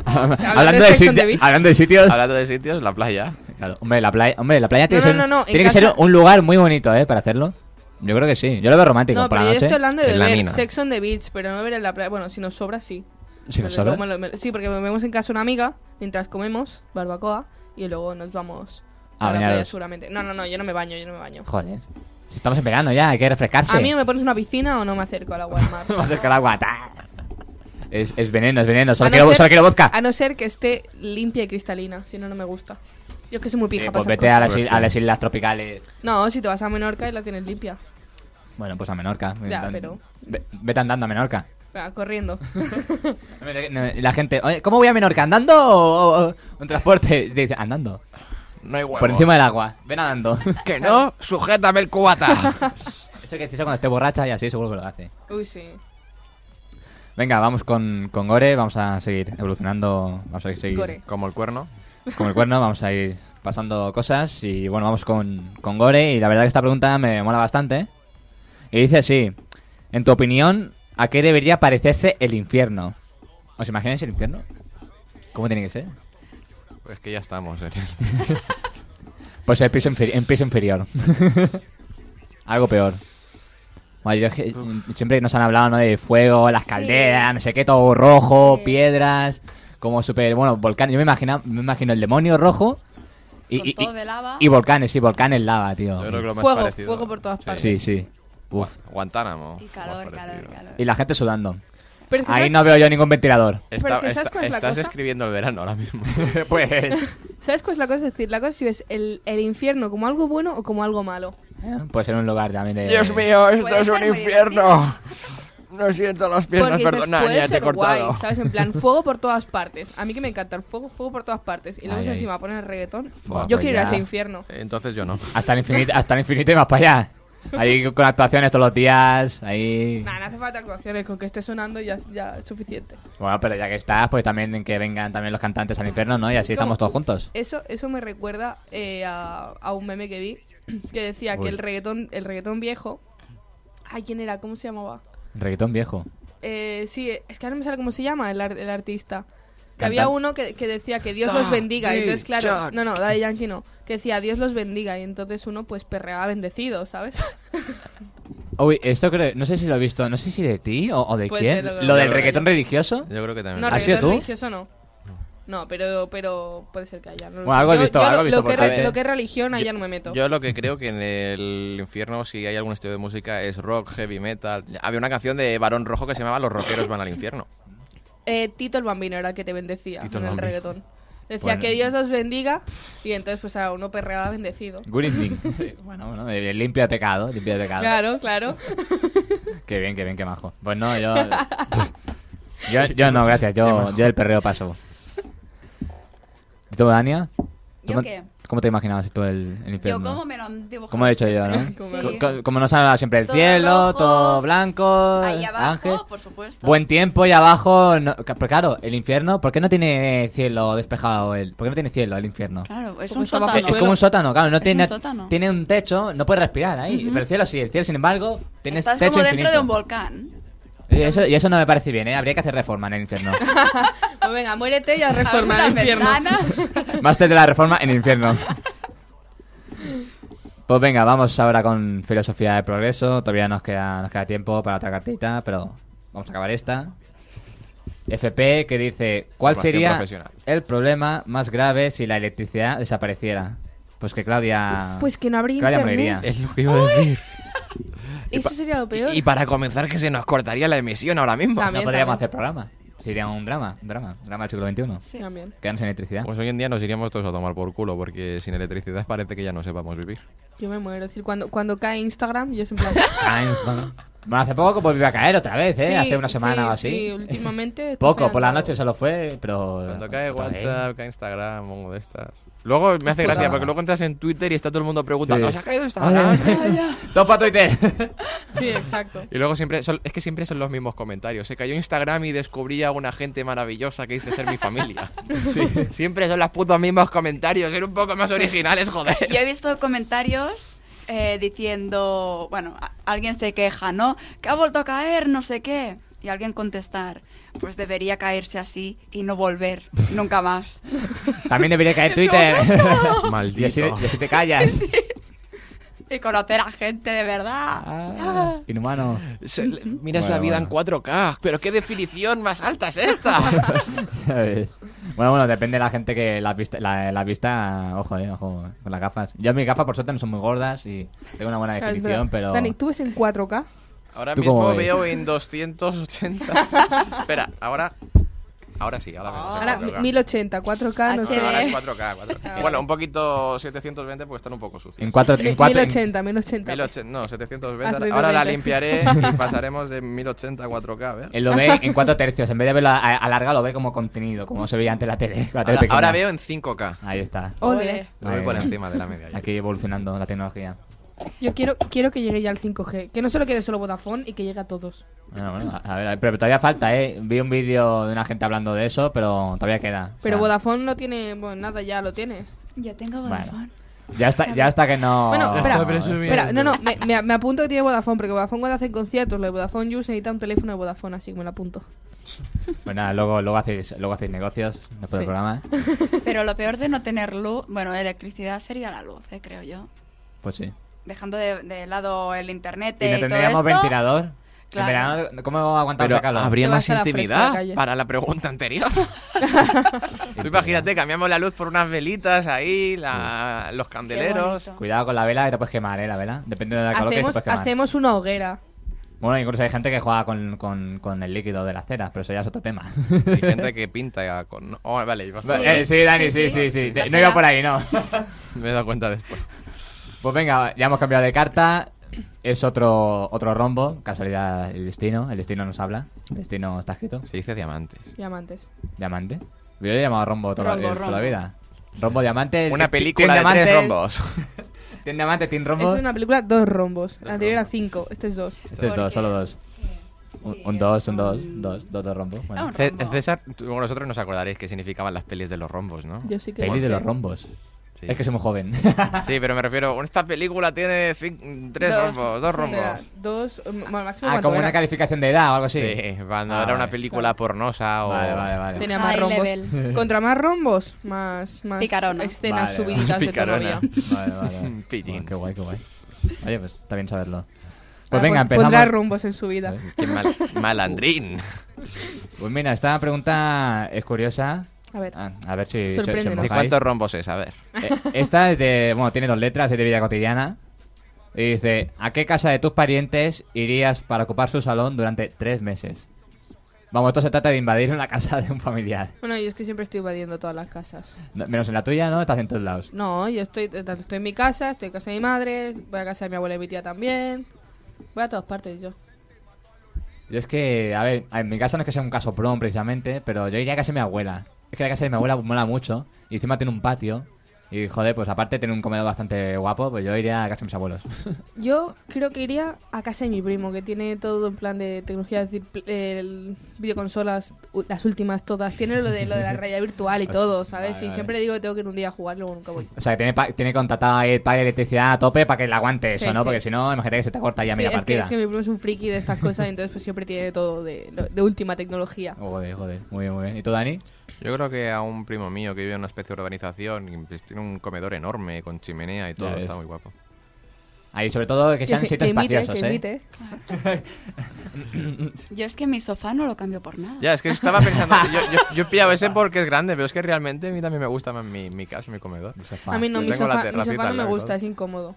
Speaker 2: hablando,
Speaker 3: de
Speaker 2: de
Speaker 3: Sex on the
Speaker 2: siti-
Speaker 3: Beach.
Speaker 2: hablando de sitios.
Speaker 4: Hablando de sitios, la playa.
Speaker 2: Claro, hombre, la playa, hombre, la playa tiene,
Speaker 3: No,
Speaker 2: que
Speaker 3: no,
Speaker 2: ser-
Speaker 3: no, no, en
Speaker 2: tiene que ser
Speaker 3: casa-
Speaker 2: un lugar muy bonito, ¿eh? Para hacerlo. Yo creo que sí. Yo lo veo romántico
Speaker 3: No,
Speaker 2: por
Speaker 3: pero
Speaker 2: la
Speaker 3: yo
Speaker 2: noche.
Speaker 3: estoy hablando de
Speaker 4: en la
Speaker 3: beber
Speaker 4: mina.
Speaker 3: Sex on the Beach, pero no beber en la playa. Bueno, si nos sobra, sí.
Speaker 2: Si nos
Speaker 3: Pero
Speaker 2: sobra.
Speaker 3: luego me lo- me- sí, porque vemos en casa una amiga mientras comemos barbacoa y luego nos vamos
Speaker 2: A
Speaker 3: a, la playa
Speaker 2: bañaros.
Speaker 3: seguramente. No, no, no, yo no me baño, yo no me baño.
Speaker 2: Joder. Si Estamos en verano ya, hay que refrescarse. [laughs]
Speaker 3: A mí o me pones una piscina o no me acerco al agua del mar.
Speaker 2: Me acerco al agua. ta. Es, es veneno, es veneno. Solo,
Speaker 3: A no
Speaker 2: quiero,
Speaker 3: ser-
Speaker 2: solo quiero vodka.
Speaker 3: A no ser que esté limpia y cristalina, si no, no me gusta. Yo es que soy muy
Speaker 2: Eh,
Speaker 3: pija para
Speaker 2: pues
Speaker 3: esas
Speaker 2: vete a
Speaker 3: cosas.
Speaker 2: las, il- a las islas tropicales.
Speaker 3: No, si te vas a Menorca y la tienes limpia.
Speaker 2: Bueno, pues a Menorca.
Speaker 3: Ya,
Speaker 2: Ve-
Speaker 3: pero-
Speaker 2: ve- vete andando a Menorca.
Speaker 3: Va, corriendo. [laughs]
Speaker 2: No, La gente, "Oye, ¿cómo voy a Menorca? ¿Andando o, o- o en transporte? [laughs] Te Dice, andando.
Speaker 4: No hay huevos.
Speaker 2: Por encima del agua. Ven andando. [laughs]
Speaker 4: Que no, sujétame el cubata.
Speaker 2: Eso que dice cuando esté borracha y así seguro que lo hace.
Speaker 3: Uy, sí.
Speaker 2: Venga, vamos con, con Gore, vamos a seguir evolucionando, vamos a seguir
Speaker 3: Gore.
Speaker 4: [laughs] Como el cuerno.
Speaker 2: con el cuerno, vamos a ir pasando cosas y bueno, vamos con, con Gore y la verdad que esta pregunta me mola bastante. Y dice así, en tu opinión, ¿a qué debería parecerse el infierno? ¿Os imagináis el infierno? ¿Cómo tiene que ser?
Speaker 4: Pues que ya estamos, ¿eh?
Speaker 2: Pues el piso, inferi- en piso
Speaker 6: [laughs]
Speaker 2: inferior. Algo peor. Bueno, yo es que, mm, siempre nos han hablado ¿no? de fuego, las calderas, no sé qué, todo rojo, piedras, como súper, bueno, volcán. Yo me imagino, me imagino el demonio rojo y,
Speaker 6: Con
Speaker 2: y-
Speaker 6: todo
Speaker 2: y-
Speaker 6: de lava.
Speaker 2: y volcanes, sí, volcanes lava, tío.
Speaker 4: Yo creo que lo más
Speaker 3: Fuego,
Speaker 4: parecido.
Speaker 3: fuego por todas partes.
Speaker 2: Sí, sí. Uf.
Speaker 4: Guantánamo.
Speaker 6: Y calor,
Speaker 4: más
Speaker 6: calor,
Speaker 4: parecido.
Speaker 6: calor.
Speaker 2: Y la gente sudando.
Speaker 3: Pero
Speaker 6: Pues
Speaker 3: es que
Speaker 2: Ahí
Speaker 3: ¿sabes
Speaker 2: no veo yo ningún ventilador.
Speaker 4: Está-
Speaker 3: Pero que ¿sabes
Speaker 4: está-
Speaker 3: cuál es la
Speaker 4: estás
Speaker 3: cosa? eh,
Speaker 4: describiendo el verano ahora
Speaker 3: [laughs]
Speaker 4: mismo. [laughs]
Speaker 2: pues...
Speaker 3: ¿Sabes cuál es la cosa? Es decir, la cosa es si ves el, el infierno como algo bueno o como algo malo.
Speaker 2: Eh, Puede ser un lugar también de...
Speaker 6: Puede ser muy divertido.
Speaker 4: No siento las
Speaker 3: Porque dices, puede ser guay, ¿sabes?
Speaker 2: [laughs]
Speaker 3: En plan, fuego por todas partes. A mí que me encanta el fuego, fuego por todas partes. Y luego
Speaker 2: Ay,
Speaker 3: si
Speaker 2: ay.
Speaker 3: encima pones reggaetón.
Speaker 2: Buah,
Speaker 3: yo
Speaker 2: pues
Speaker 3: quiero ir a
Speaker 2: ya.
Speaker 3: ese infierno.
Speaker 4: Entonces yo no.
Speaker 2: Hasta el infinito, hasta el infinito y más para allá. Ahí con actuaciones todos los días, ahí...
Speaker 3: Nah, no hace falta actuaciones, con que esté sonando ya, ya es suficiente.
Speaker 2: Bueno, pero ya que estás, pues también que vengan también los cantantes al infierno, ¿no? Y así
Speaker 3: ¿Cómo?
Speaker 2: estamos todos juntos.
Speaker 3: Eso, eso me recuerda eh, a, a un meme que vi [clears throat] que decía
Speaker 2: Uy.
Speaker 3: que el reggaetón, el reggaetón viejo. Ay, ¿quién era? ¿Cómo se llamaba?
Speaker 2: Reggaetón viejo.
Speaker 3: Eh, sí, es que ahora no me sale cómo se llama el, ar- el artista. Que había uno que, que decía que Dios los bendiga. Y entonces, claro, no, no, Daddy Yankee no. Que decía Dios los bendiga. Y entonces uno pues perreaba
Speaker 2: [laughs]
Speaker 3: bendecido, ¿sabes?
Speaker 2: Uy, esto creo, no sé si lo he visto, no sé si de ti o, o de
Speaker 3: Puede
Speaker 2: quién.
Speaker 3: ser, lo-
Speaker 2: lo del
Speaker 3: lo-
Speaker 2: reggaetón religioso.
Speaker 4: Yo creo que también.
Speaker 3: No,
Speaker 2: ¿Has sido
Speaker 3: reggaetón
Speaker 2: ¿Ah, tú?
Speaker 3: religioso no. No, pero, pero puede ser que haya. no lo
Speaker 2: Bueno,
Speaker 3: sé.
Speaker 2: algo has
Speaker 3: Yo-
Speaker 2: visto,
Speaker 3: yo
Speaker 2: algo
Speaker 3: lo-
Speaker 2: has visto
Speaker 3: lo que
Speaker 2: por
Speaker 3: re-
Speaker 2: ahí.
Speaker 3: Lo que es religión, ahí
Speaker 4: Yo-
Speaker 3: ya no me meto.
Speaker 4: Yo lo que creo que en el infierno, si hay algún estudio de música, es rock, heavy metal. Había una canción de Barón Rojo que se llamaba Los rockeros van al infierno.
Speaker 3: Eh, Tito el Bambino era el que te bendecía
Speaker 4: Tito el
Speaker 3: en el
Speaker 4: Bambino.
Speaker 3: reggaetón. Decía
Speaker 2: Bueno.
Speaker 3: que Dios los bendiga y entonces pues a uno perreaba bendecido.
Speaker 2: Good evening. Sí, [laughs] bueno, bueno, eh, limpio de pecado, limpio de pecado.
Speaker 3: Claro, claro.
Speaker 2: Qué bien, qué bien, qué majo. Pues no,
Speaker 3: [laughs]
Speaker 2: yo. yo, yo no, gracias. Yo, yo el perreo paso. ¿Y tú, Dania?
Speaker 7: ¿Yo
Speaker 2: ¿Cómo-
Speaker 7: qué?
Speaker 2: ¿Cómo te imaginabas tú el, el
Speaker 7: Yo
Speaker 2: infierno?
Speaker 7: como me lo han dibujado.
Speaker 2: Como he dicho yo, ¿no?
Speaker 7: [laughs] Sí.
Speaker 2: Co- co- Como nos habla siempre el
Speaker 7: Todo
Speaker 2: cielo,
Speaker 7: rojo,
Speaker 2: todo blanco,
Speaker 7: Ahí abajo,
Speaker 2: ángel.
Speaker 7: por supuesto.
Speaker 2: Buen tiempo y abajo. no- ca- pero claro, el infierno. ¿Por qué no tiene cielo despejado? El, ¿Por qué no tiene cielo el infierno? Eh,
Speaker 7: Claro, es
Speaker 3: Como
Speaker 7: un
Speaker 3: está bajo
Speaker 7: sótano.
Speaker 3: el
Speaker 2: Es, es como un sótano, claro. No
Speaker 7: Es
Speaker 2: tiene,
Speaker 7: un sótano.
Speaker 2: tiene un techo, no puedes respirar ahí. Pero el cielo sí, el cielo, sin embargo, tienes
Speaker 7: Estás
Speaker 2: techo
Speaker 7: como dentro
Speaker 2: infinito.
Speaker 7: de un volcán.
Speaker 2: Y eso, y eso no me parece bien, ¿eh? Habría que hacer reforma en
Speaker 7: [laughs]
Speaker 2: el infierno.
Speaker 3: Pues venga, muérete y a reformar
Speaker 7: Abre
Speaker 3: el
Speaker 7: las
Speaker 3: infierno.
Speaker 7: ventanas.
Speaker 2: Máster de la reforma en el infierno. Pues venga, vamos ahora con filosofía de progreso. Todavía nos queda, nos queda tiempo para otra cartita, pero vamos a acabar esta. FP que dice, ¿cuál
Speaker 4: Formación
Speaker 2: sería
Speaker 4: profesional.
Speaker 2: el problema más grave si la electricidad desapareciera? Pues que Claudia...
Speaker 3: Pues que no habría
Speaker 2: Claudia
Speaker 3: internet.
Speaker 2: moriría.
Speaker 4: Es lo que iba a decir.
Speaker 3: Eso
Speaker 4: pa-
Speaker 3: sería lo peor.
Speaker 4: Y para comenzar, que se nos cortaría la emisión ahora mismo.
Speaker 3: También.
Speaker 2: No podríamos hacer
Speaker 3: también.
Speaker 2: programa. Sería un drama, un drama, un drama del siglo XXI.
Speaker 3: Sí, también.
Speaker 2: Quedarnos sin electricidad.
Speaker 4: [laughs] Pues hoy en día nos iríamos todos a tomar por culo, porque sin electricidad parece que ya no sepamos vivir.
Speaker 3: Yo me muero. Es decir, cuando, cuando cae Instagram, yo siempre...
Speaker 2: Einstein. Bueno, hace poco volvió a caer otra vez, [laughs] ¿eh?
Speaker 3: Sí,
Speaker 2: hace una semana
Speaker 3: sí,
Speaker 2: o así. [laughs]
Speaker 3: Sí, últimamente... está
Speaker 2: Poco, por la
Speaker 3: fernando.
Speaker 2: noche solo fue, pero...
Speaker 4: Cuando cae
Speaker 2: otra vez. [laughs]
Speaker 4: WhatsApp, cae Instagram, o de estas. Luego me hace
Speaker 2: putada.
Speaker 4: gracia, porque luego entras en Twitter y está todo el mundo preguntando:
Speaker 2: Sí.
Speaker 4: ¿Os ha caído Instagram?
Speaker 2: Todo para Twitter. [laughs]
Speaker 3: Sí, exacto.
Speaker 4: Y luego siempre, son- es que siempre son los mismos comentarios. Se cayó Instagram y descubrí a una gente maravillosa que dice ser mi [laughs] familia. Siempre son los putos mismos comentarios. Ser un poco más originales, joder.
Speaker 7: Yo he visto comentarios eh, diciendo, bueno, a- alguien se queja, ¿no? Que ha vuelto a caer, no sé qué. Y alguien contestar, pues debería caerse así y no volver nunca más.
Speaker 2: También debería caer Twitter. [laughs]
Speaker 4: Maldito.
Speaker 2: Y así, y así te
Speaker 3: [laughs]
Speaker 2: callas.
Speaker 7: y conocer a gente de verdad.
Speaker 2: Ah, inhumano. [laughs]
Speaker 4: Se- le- miras
Speaker 2: Bueno,
Speaker 4: la vida
Speaker 2: bueno.
Speaker 4: en 4K. Pero qué definición más alta es [laughs] esta.
Speaker 2: Ya ves. bueno, bueno, depende de la gente que la vista, la, la vista ojo, eh, ojo, con las gafas. Yo mis gafas, por suerte, no son muy gordas y tengo una buena
Speaker 3: Claro, es
Speaker 2: definición,
Speaker 3: verdad.
Speaker 2: pero...
Speaker 3: Dani, ¿tú ves en 4K?
Speaker 4: Ahora
Speaker 2: ¿Tú cómo
Speaker 4: mismo
Speaker 2: ves?
Speaker 4: veo
Speaker 3: [laughs]
Speaker 4: en 280. Espera, ahora. Ahora sí, ahora veo.
Speaker 2: Ah,
Speaker 3: Ahora,
Speaker 4: 4K.
Speaker 3: 1080, 4K, no
Speaker 4: No,
Speaker 3: sé.
Speaker 4: ahora es 4K, 4K. Bueno, un poquito 720 porque están un poco sucios.
Speaker 2: En cuatro... En cuatro en-
Speaker 3: 1080, 1080.
Speaker 4: 1080, no, 720.
Speaker 3: Ah,
Speaker 4: ahora- Ahora la
Speaker 3: 720. [laughs]
Speaker 4: limpiaré y pasaremos de 1080 a 4K, a ver.
Speaker 2: él lo ve en cuatro tercios. En vez de verlo a- a- alarga, lo ve como contenido, como se veía antes en la tele. con la tele
Speaker 4: Ahora, ahora
Speaker 2: pequeña.
Speaker 4: veo en 5K.
Speaker 2: Ahí está.
Speaker 7: Pues,
Speaker 3: Ole.
Speaker 4: Lo voy
Speaker 2: Ahí.
Speaker 4: por encima de la media. ya.
Speaker 2: Ah, Aquí evolucionando la tecnología.
Speaker 3: Yo quiero, quiero que llegue ya al 5G. Que no solo quede solo Vodafone y que llegue a todos.
Speaker 2: Bueno, Ah, bueno, a- a ver, a ver, pero todavía falta, ¿eh? Vi un vídeo de una gente hablando de eso, pero todavía queda. O
Speaker 3: Pero
Speaker 2: sea,
Speaker 3: Vodafone no tiene. Bueno, nada, ya lo tiene.
Speaker 7: Yo tengo
Speaker 2: Bueno.
Speaker 7: Vodafone.
Speaker 2: Ya está, ya está que no. Pues [laughs]
Speaker 3: Bueno, espera. Está Espera,
Speaker 2: Espera,
Speaker 3: no, no, me, me- me apunto que tiene Vodafone. Porque Vodafone cuando hacen conciertos, lo de Vodafone You se necesita un teléfono de Vodafone, así que me lo apunto.
Speaker 2: Pues nada, luego, luego, hacéis, luego hacéis negocios después del
Speaker 3: Sí.
Speaker 2: programa.
Speaker 7: Pero lo peor de no tener luz, bueno, electricidad sería la luz, eh, creo yo.
Speaker 2: Pues sí.
Speaker 7: Dejando de, de lado el internet eh,
Speaker 2: Y no
Speaker 7: y todo
Speaker 2: tendríamos
Speaker 7: esto.
Speaker 2: ventilador.
Speaker 7: Claro.
Speaker 2: En verano, ¿cómo aguantamos
Speaker 4: Pero
Speaker 2: el calor?
Speaker 4: habría
Speaker 3: Te
Speaker 4: más
Speaker 3: vas a la fresca a la
Speaker 4: intimidad
Speaker 3: calle.
Speaker 4: para la
Speaker 3: [laughs]
Speaker 4: pregunta anterior. Tú Imagínate, cambiamos la luz por unas velitas ahí, la- los candeleros.
Speaker 7: bonito.
Speaker 2: Cuidado con la vela, que te puedes quemar, ¿eh? La vela. Depende de la calor
Speaker 3: Hacemos,
Speaker 2: que te puedes quemar.
Speaker 3: hacemos una hoguera.
Speaker 2: Bueno, incluso hay gente que juega con, con, con el líquido de las ceras, pero eso ya es otro tema.
Speaker 4: Hay gente que pinta con... no- oh, vale, ibas a-
Speaker 2: [laughs] Eh, sí, Dani, sí, sí, sí. De- No iba por ahí, no.
Speaker 4: me he dado cuenta después.
Speaker 2: Pues venga, ya hemos cambiado de carta. Es otro otro rombo, casualidad el destino, el destino nos habla, el destino está escrito,
Speaker 4: Se dice diamantes.
Speaker 3: Diamantes.
Speaker 2: diamante. Yo le he llamado rombo toda,
Speaker 7: Rombo,
Speaker 2: eh, toda la
Speaker 7: rombo.
Speaker 2: vida. Rombo, diamante.
Speaker 4: Una
Speaker 2: ti-
Speaker 4: película
Speaker 2: tiene
Speaker 4: de tres
Speaker 2: diamantes,
Speaker 4: [laughs] rombos.
Speaker 2: Tiene diamante, tiene rombo.
Speaker 3: Es una película, dos rombos. La anterior era
Speaker 4: rombos.
Speaker 3: cinco, este es dos.
Speaker 2: Este es dos, solo dos. Un, un dos, un dos, dos, dos de rombo.
Speaker 3: Ah,
Speaker 2: Bueno,
Speaker 7: un
Speaker 4: C-
Speaker 7: rombo.
Speaker 4: César, tú- vosotros nos acordaréis qué significaban las pelis de los rombos, ¿no?
Speaker 3: Yo sí que.
Speaker 2: peli
Speaker 3: lo
Speaker 2: de
Speaker 3: sé.
Speaker 2: los rombos. Es que soy muy
Speaker 3: [laughs]
Speaker 2: joven. Ah,
Speaker 4: Sí, pero me refiero, esta película tiene cin- tres rombos, dos
Speaker 3: sí,
Speaker 4: rombos.
Speaker 3: era Dos, mm, bueno, máximo
Speaker 2: ah,
Speaker 3: cuánto
Speaker 2: como
Speaker 3: era.
Speaker 2: una calificación de edad o algo así.
Speaker 4: Sí, Oh. cuando
Speaker 2: Ah,
Speaker 4: era una
Speaker 2: vale.
Speaker 4: película pornosa o...
Speaker 2: Vale, vale, vale.
Speaker 3: Tenía más
Speaker 7: High
Speaker 3: rombos.
Speaker 7: level.
Speaker 3: Contra más rombos, más, más
Speaker 7: Picarona.
Speaker 3: escenas
Speaker 2: Vale, vale.
Speaker 3: subiditas de tono
Speaker 4: Picarona.
Speaker 3: había.
Speaker 2: Vale, vale, vale.
Speaker 4: [laughs] Pillín.
Speaker 2: Bueno, qué guay, qué guay. Oye, pues está bien saberlo. Pues
Speaker 3: Ahora
Speaker 2: venga,
Speaker 3: pon- Pondrá
Speaker 2: empezamos.
Speaker 3: rumbos en su vida.
Speaker 2: Vale.
Speaker 4: Qué [laughs] mal- malandrín.
Speaker 2: Pues mira, esta pregunta es curiosa.
Speaker 3: A ver.
Speaker 2: Ah, a ver si... si- si os
Speaker 3: Sorpréndenos.
Speaker 4: ¿De
Speaker 2: mojáis.
Speaker 4: cuántos rombos es? A ver.
Speaker 2: Eh, Esta es de... Bueno, tiene dos letras, es de vida cotidiana. Y dice, ¿a qué casa de tus parientes irías para ocupar su salón durante tres meses? Vamos, esto se trata de invadir una casa de un familiar.
Speaker 3: Bueno, yo es que siempre estoy invadiendo todas las casas.
Speaker 2: No- menos en la tuya, ¿no? Estás en todos lados.
Speaker 3: No, yo estoy, tanto estoy en mi casa, estoy en casa de mi madre, voy a casa de mi abuela y mi tía también. Voy a todas partes yo.
Speaker 2: Yo es que, a ver, en mi casa no es que sea un caso prom precisamente, pero yo iría a casa de mi abuela. Es que la casa de mi abuela mola mucho y encima tiene un patio. Y joder, pues aparte tiene un comedor bastante guapo, pues yo iría a casa de mis abuelos.
Speaker 3: Yo creo que iría a casa de mi primo, que tiene todo en plan de tecnología, es decir, pl- el- videoconsolas, u- las últimas todas. Tiene lo de, lo de [laughs] la realidad virtual y todo, ¿sabes?
Speaker 2: Vale,
Speaker 3: y
Speaker 2: vale.
Speaker 3: siempre digo que tengo que ir un día a jugar, luego nunca voy.
Speaker 2: O sea, que tiene, pa- tiene contratado ahí el pack de electricidad a tope para que le aguante
Speaker 3: Sí,
Speaker 2: eso, ¿no?
Speaker 3: sí.
Speaker 2: Porque si no, imagínate que se te corta ya
Speaker 3: Sí,
Speaker 2: media
Speaker 3: es que,
Speaker 2: partida.
Speaker 3: es que mi primo es un friki de estas cosas, entonces pues siempre tiene todo de, lo- de última tecnología.
Speaker 2: Joder, joder, muy bien, muy bien. ¿Y tú, Dani?
Speaker 4: Yo creo que a un primo mío que vive en una especie de urbanización y pues tiene un comedor enorme con chimenea y todo,
Speaker 2: ves.
Speaker 4: está muy guapo.
Speaker 2: Ahí, sobre todo, que sean
Speaker 3: sí,
Speaker 2: sitios
Speaker 3: imite,
Speaker 2: espaciosos,
Speaker 3: que
Speaker 2: ¿eh?
Speaker 3: imite.
Speaker 7: Yo es que mi sofá no lo cambio por nada.
Speaker 4: Ya, es que estaba
Speaker 2: [laughs]
Speaker 4: pensando, yo, yo, yo he pillado ese porque es grande, pero es que realmente a mí también me gusta más mi, mi casa, mi comedor.
Speaker 2: El sofá.
Speaker 3: A mí no,
Speaker 4: sí,
Speaker 3: mi
Speaker 4: tengo la
Speaker 3: sofá, mi
Speaker 4: terracita
Speaker 3: sofá no
Speaker 4: al
Speaker 3: me
Speaker 4: lado y
Speaker 3: gusta,
Speaker 4: todo.
Speaker 3: es incómodo.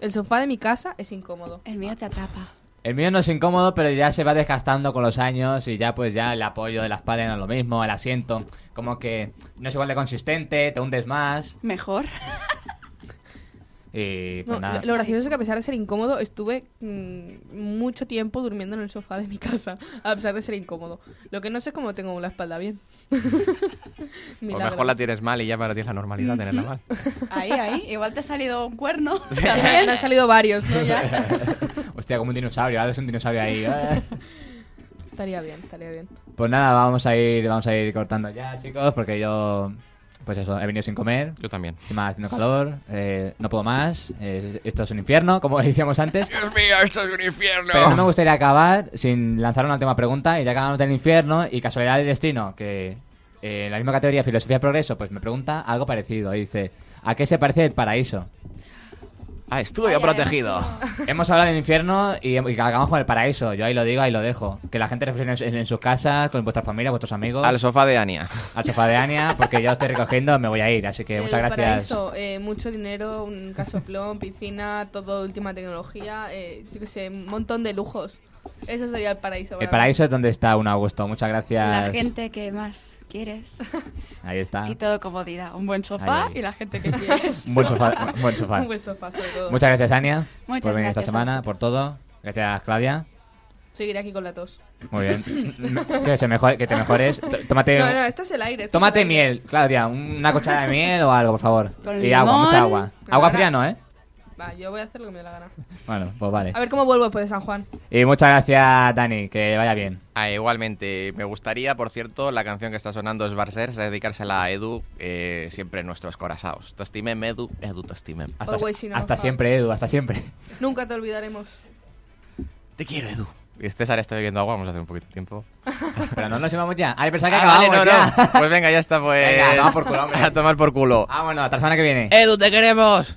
Speaker 3: El sofá de mi casa es incómodo.
Speaker 7: El mío te atrapa.
Speaker 2: El mío no es incómodo, pero ya se va desgastando con los años y ya pues ya el apoyo de la espalda no es lo mismo, el asiento como que no es igual de consistente, te hundes más
Speaker 7: Mejor.
Speaker 2: y pues
Speaker 3: No,
Speaker 2: nada.
Speaker 3: lo- lo gracioso es que a pesar de ser incómodo, estuve mm, mucho tiempo durmiendo en el sofá de mi casa, [laughs] a pesar de ser incómodo. Lo que no sé es cómo tengo la espalda bien. [laughs]
Speaker 4: O
Speaker 3: Milagros.
Speaker 4: mejor la tienes mal y ya para ti es la normalidad tenerla mal.
Speaker 7: Ahí, ahí. Igual te ha salido un
Speaker 2: [laughs]
Speaker 7: cuerno.
Speaker 3: Sí, me- me han salido varios, ¿no? Ya.
Speaker 4: [laughs]
Speaker 2: Hostia, como un dinosaurio, ahora es un dinosaurio ahí. eh.
Speaker 3: estaría bien, estaría bien.
Speaker 2: Pues nada, vamos a ir vamos a ir cortando ya, chicos, porque yo pues eso, he venido sin comer.
Speaker 4: Yo también.
Speaker 2: Encima haciendo calor, eh, no puedo más, eh, esto es un infierno, como [laughs] decíamos antes.
Speaker 4: Dios mío, esto es un infierno.
Speaker 2: Pero no me gustaría acabar sin lanzar una última pregunta y ya acabamos del infierno y casualidad del destino, que eh, en la misma categoría filosofía y progreso, pues me pregunta algo parecido. Y dice, ¿a qué se parece el paraíso?
Speaker 4: Ah, estudio
Speaker 7: Ay, ay,
Speaker 4: protegido.
Speaker 2: Hemos hablado del infierno y, y acabamos con el paraíso. Yo ahí lo digo, ahí lo dejo. Que la gente reflexione en, en sus casas, con vuestra familia, vuestros amigos,
Speaker 4: Al
Speaker 2: al,
Speaker 4: sofá de Ania.
Speaker 2: sofá de Ania, porque yo estoy recogiendo, me voy a ir. Así que muchas
Speaker 3: El
Speaker 2: gracias.
Speaker 3: paraíso, eh, mucho dinero, un casoplón, piscina, todo última tecnología, eh, yo qué sé, un montón de lujos. Eso sería el paraíso. para
Speaker 2: El
Speaker 3: mí.
Speaker 2: paraíso es donde está un Augusto. Muchas gracias.
Speaker 7: La gente que más quieres.
Speaker 2: Ahí está.
Speaker 7: Y todo comodidad. Un buen sofá
Speaker 2: Ah. Ahí, ahí.
Speaker 7: y la gente que quieres.
Speaker 2: Un buen sofá. un buen sofá.
Speaker 3: Un buen sofá, sobre todo.
Speaker 2: Muchas gracias, Ania,
Speaker 7: Muchas
Speaker 2: por venir esta
Speaker 7: gracias a
Speaker 2: semana,
Speaker 7: vosotros.
Speaker 2: por todo. Gracias, Claudia.
Speaker 3: Seguiré aquí con la tos.
Speaker 2: Muy bien. [laughs] que, se mejore- que te mejores. T- Tómate,
Speaker 3: No, no, esto es el aire. esto es
Speaker 2: Eh, tómate
Speaker 3: el aire.
Speaker 2: miel, Claudia. Una cuchara de miel o algo, por favor.
Speaker 7: Con
Speaker 2: y agua,
Speaker 7: limón.
Speaker 2: mucha agua. Agua
Speaker 3: Ahora-
Speaker 2: fría no, ¿eh?
Speaker 3: Va, yo voy a hacer lo que me dé la gana.
Speaker 2: Bueno, pues vale.
Speaker 3: A ver cómo vuelvo después de San Juan.
Speaker 2: Y muchas gracias, Dani. Que vaya bien.
Speaker 4: Ah, igualmente, me gustaría, por cierto, la canción que está sonando es Barsers, dedicársela a Edu, eh, siempre en nuestros corazaos. Tostimem, Edu, Edu, tostimem. Ah,
Speaker 2: Hasta,
Speaker 3: Always in our
Speaker 2: hasta
Speaker 3: hearts.
Speaker 2: siempre, Edu. Hasta siempre. [laughs]
Speaker 3: Nunca te olvidaremos.
Speaker 4: Te quiero, Edu. Y César está bebiendo agua, vamos a hacer un poquito de tiempo.
Speaker 2: Pero no nos íbamos ya. Ay, pensaba que
Speaker 4: Ah,
Speaker 2: acabamos
Speaker 4: vale, no,
Speaker 2: ya. [laughs]
Speaker 4: no. Pues venga, ya está, pues.
Speaker 2: Venga, a tomar por culo, hombre.
Speaker 4: A tomar por culo.
Speaker 2: Ah, bueno, hasta la semana que viene.
Speaker 4: Edu, te queremos.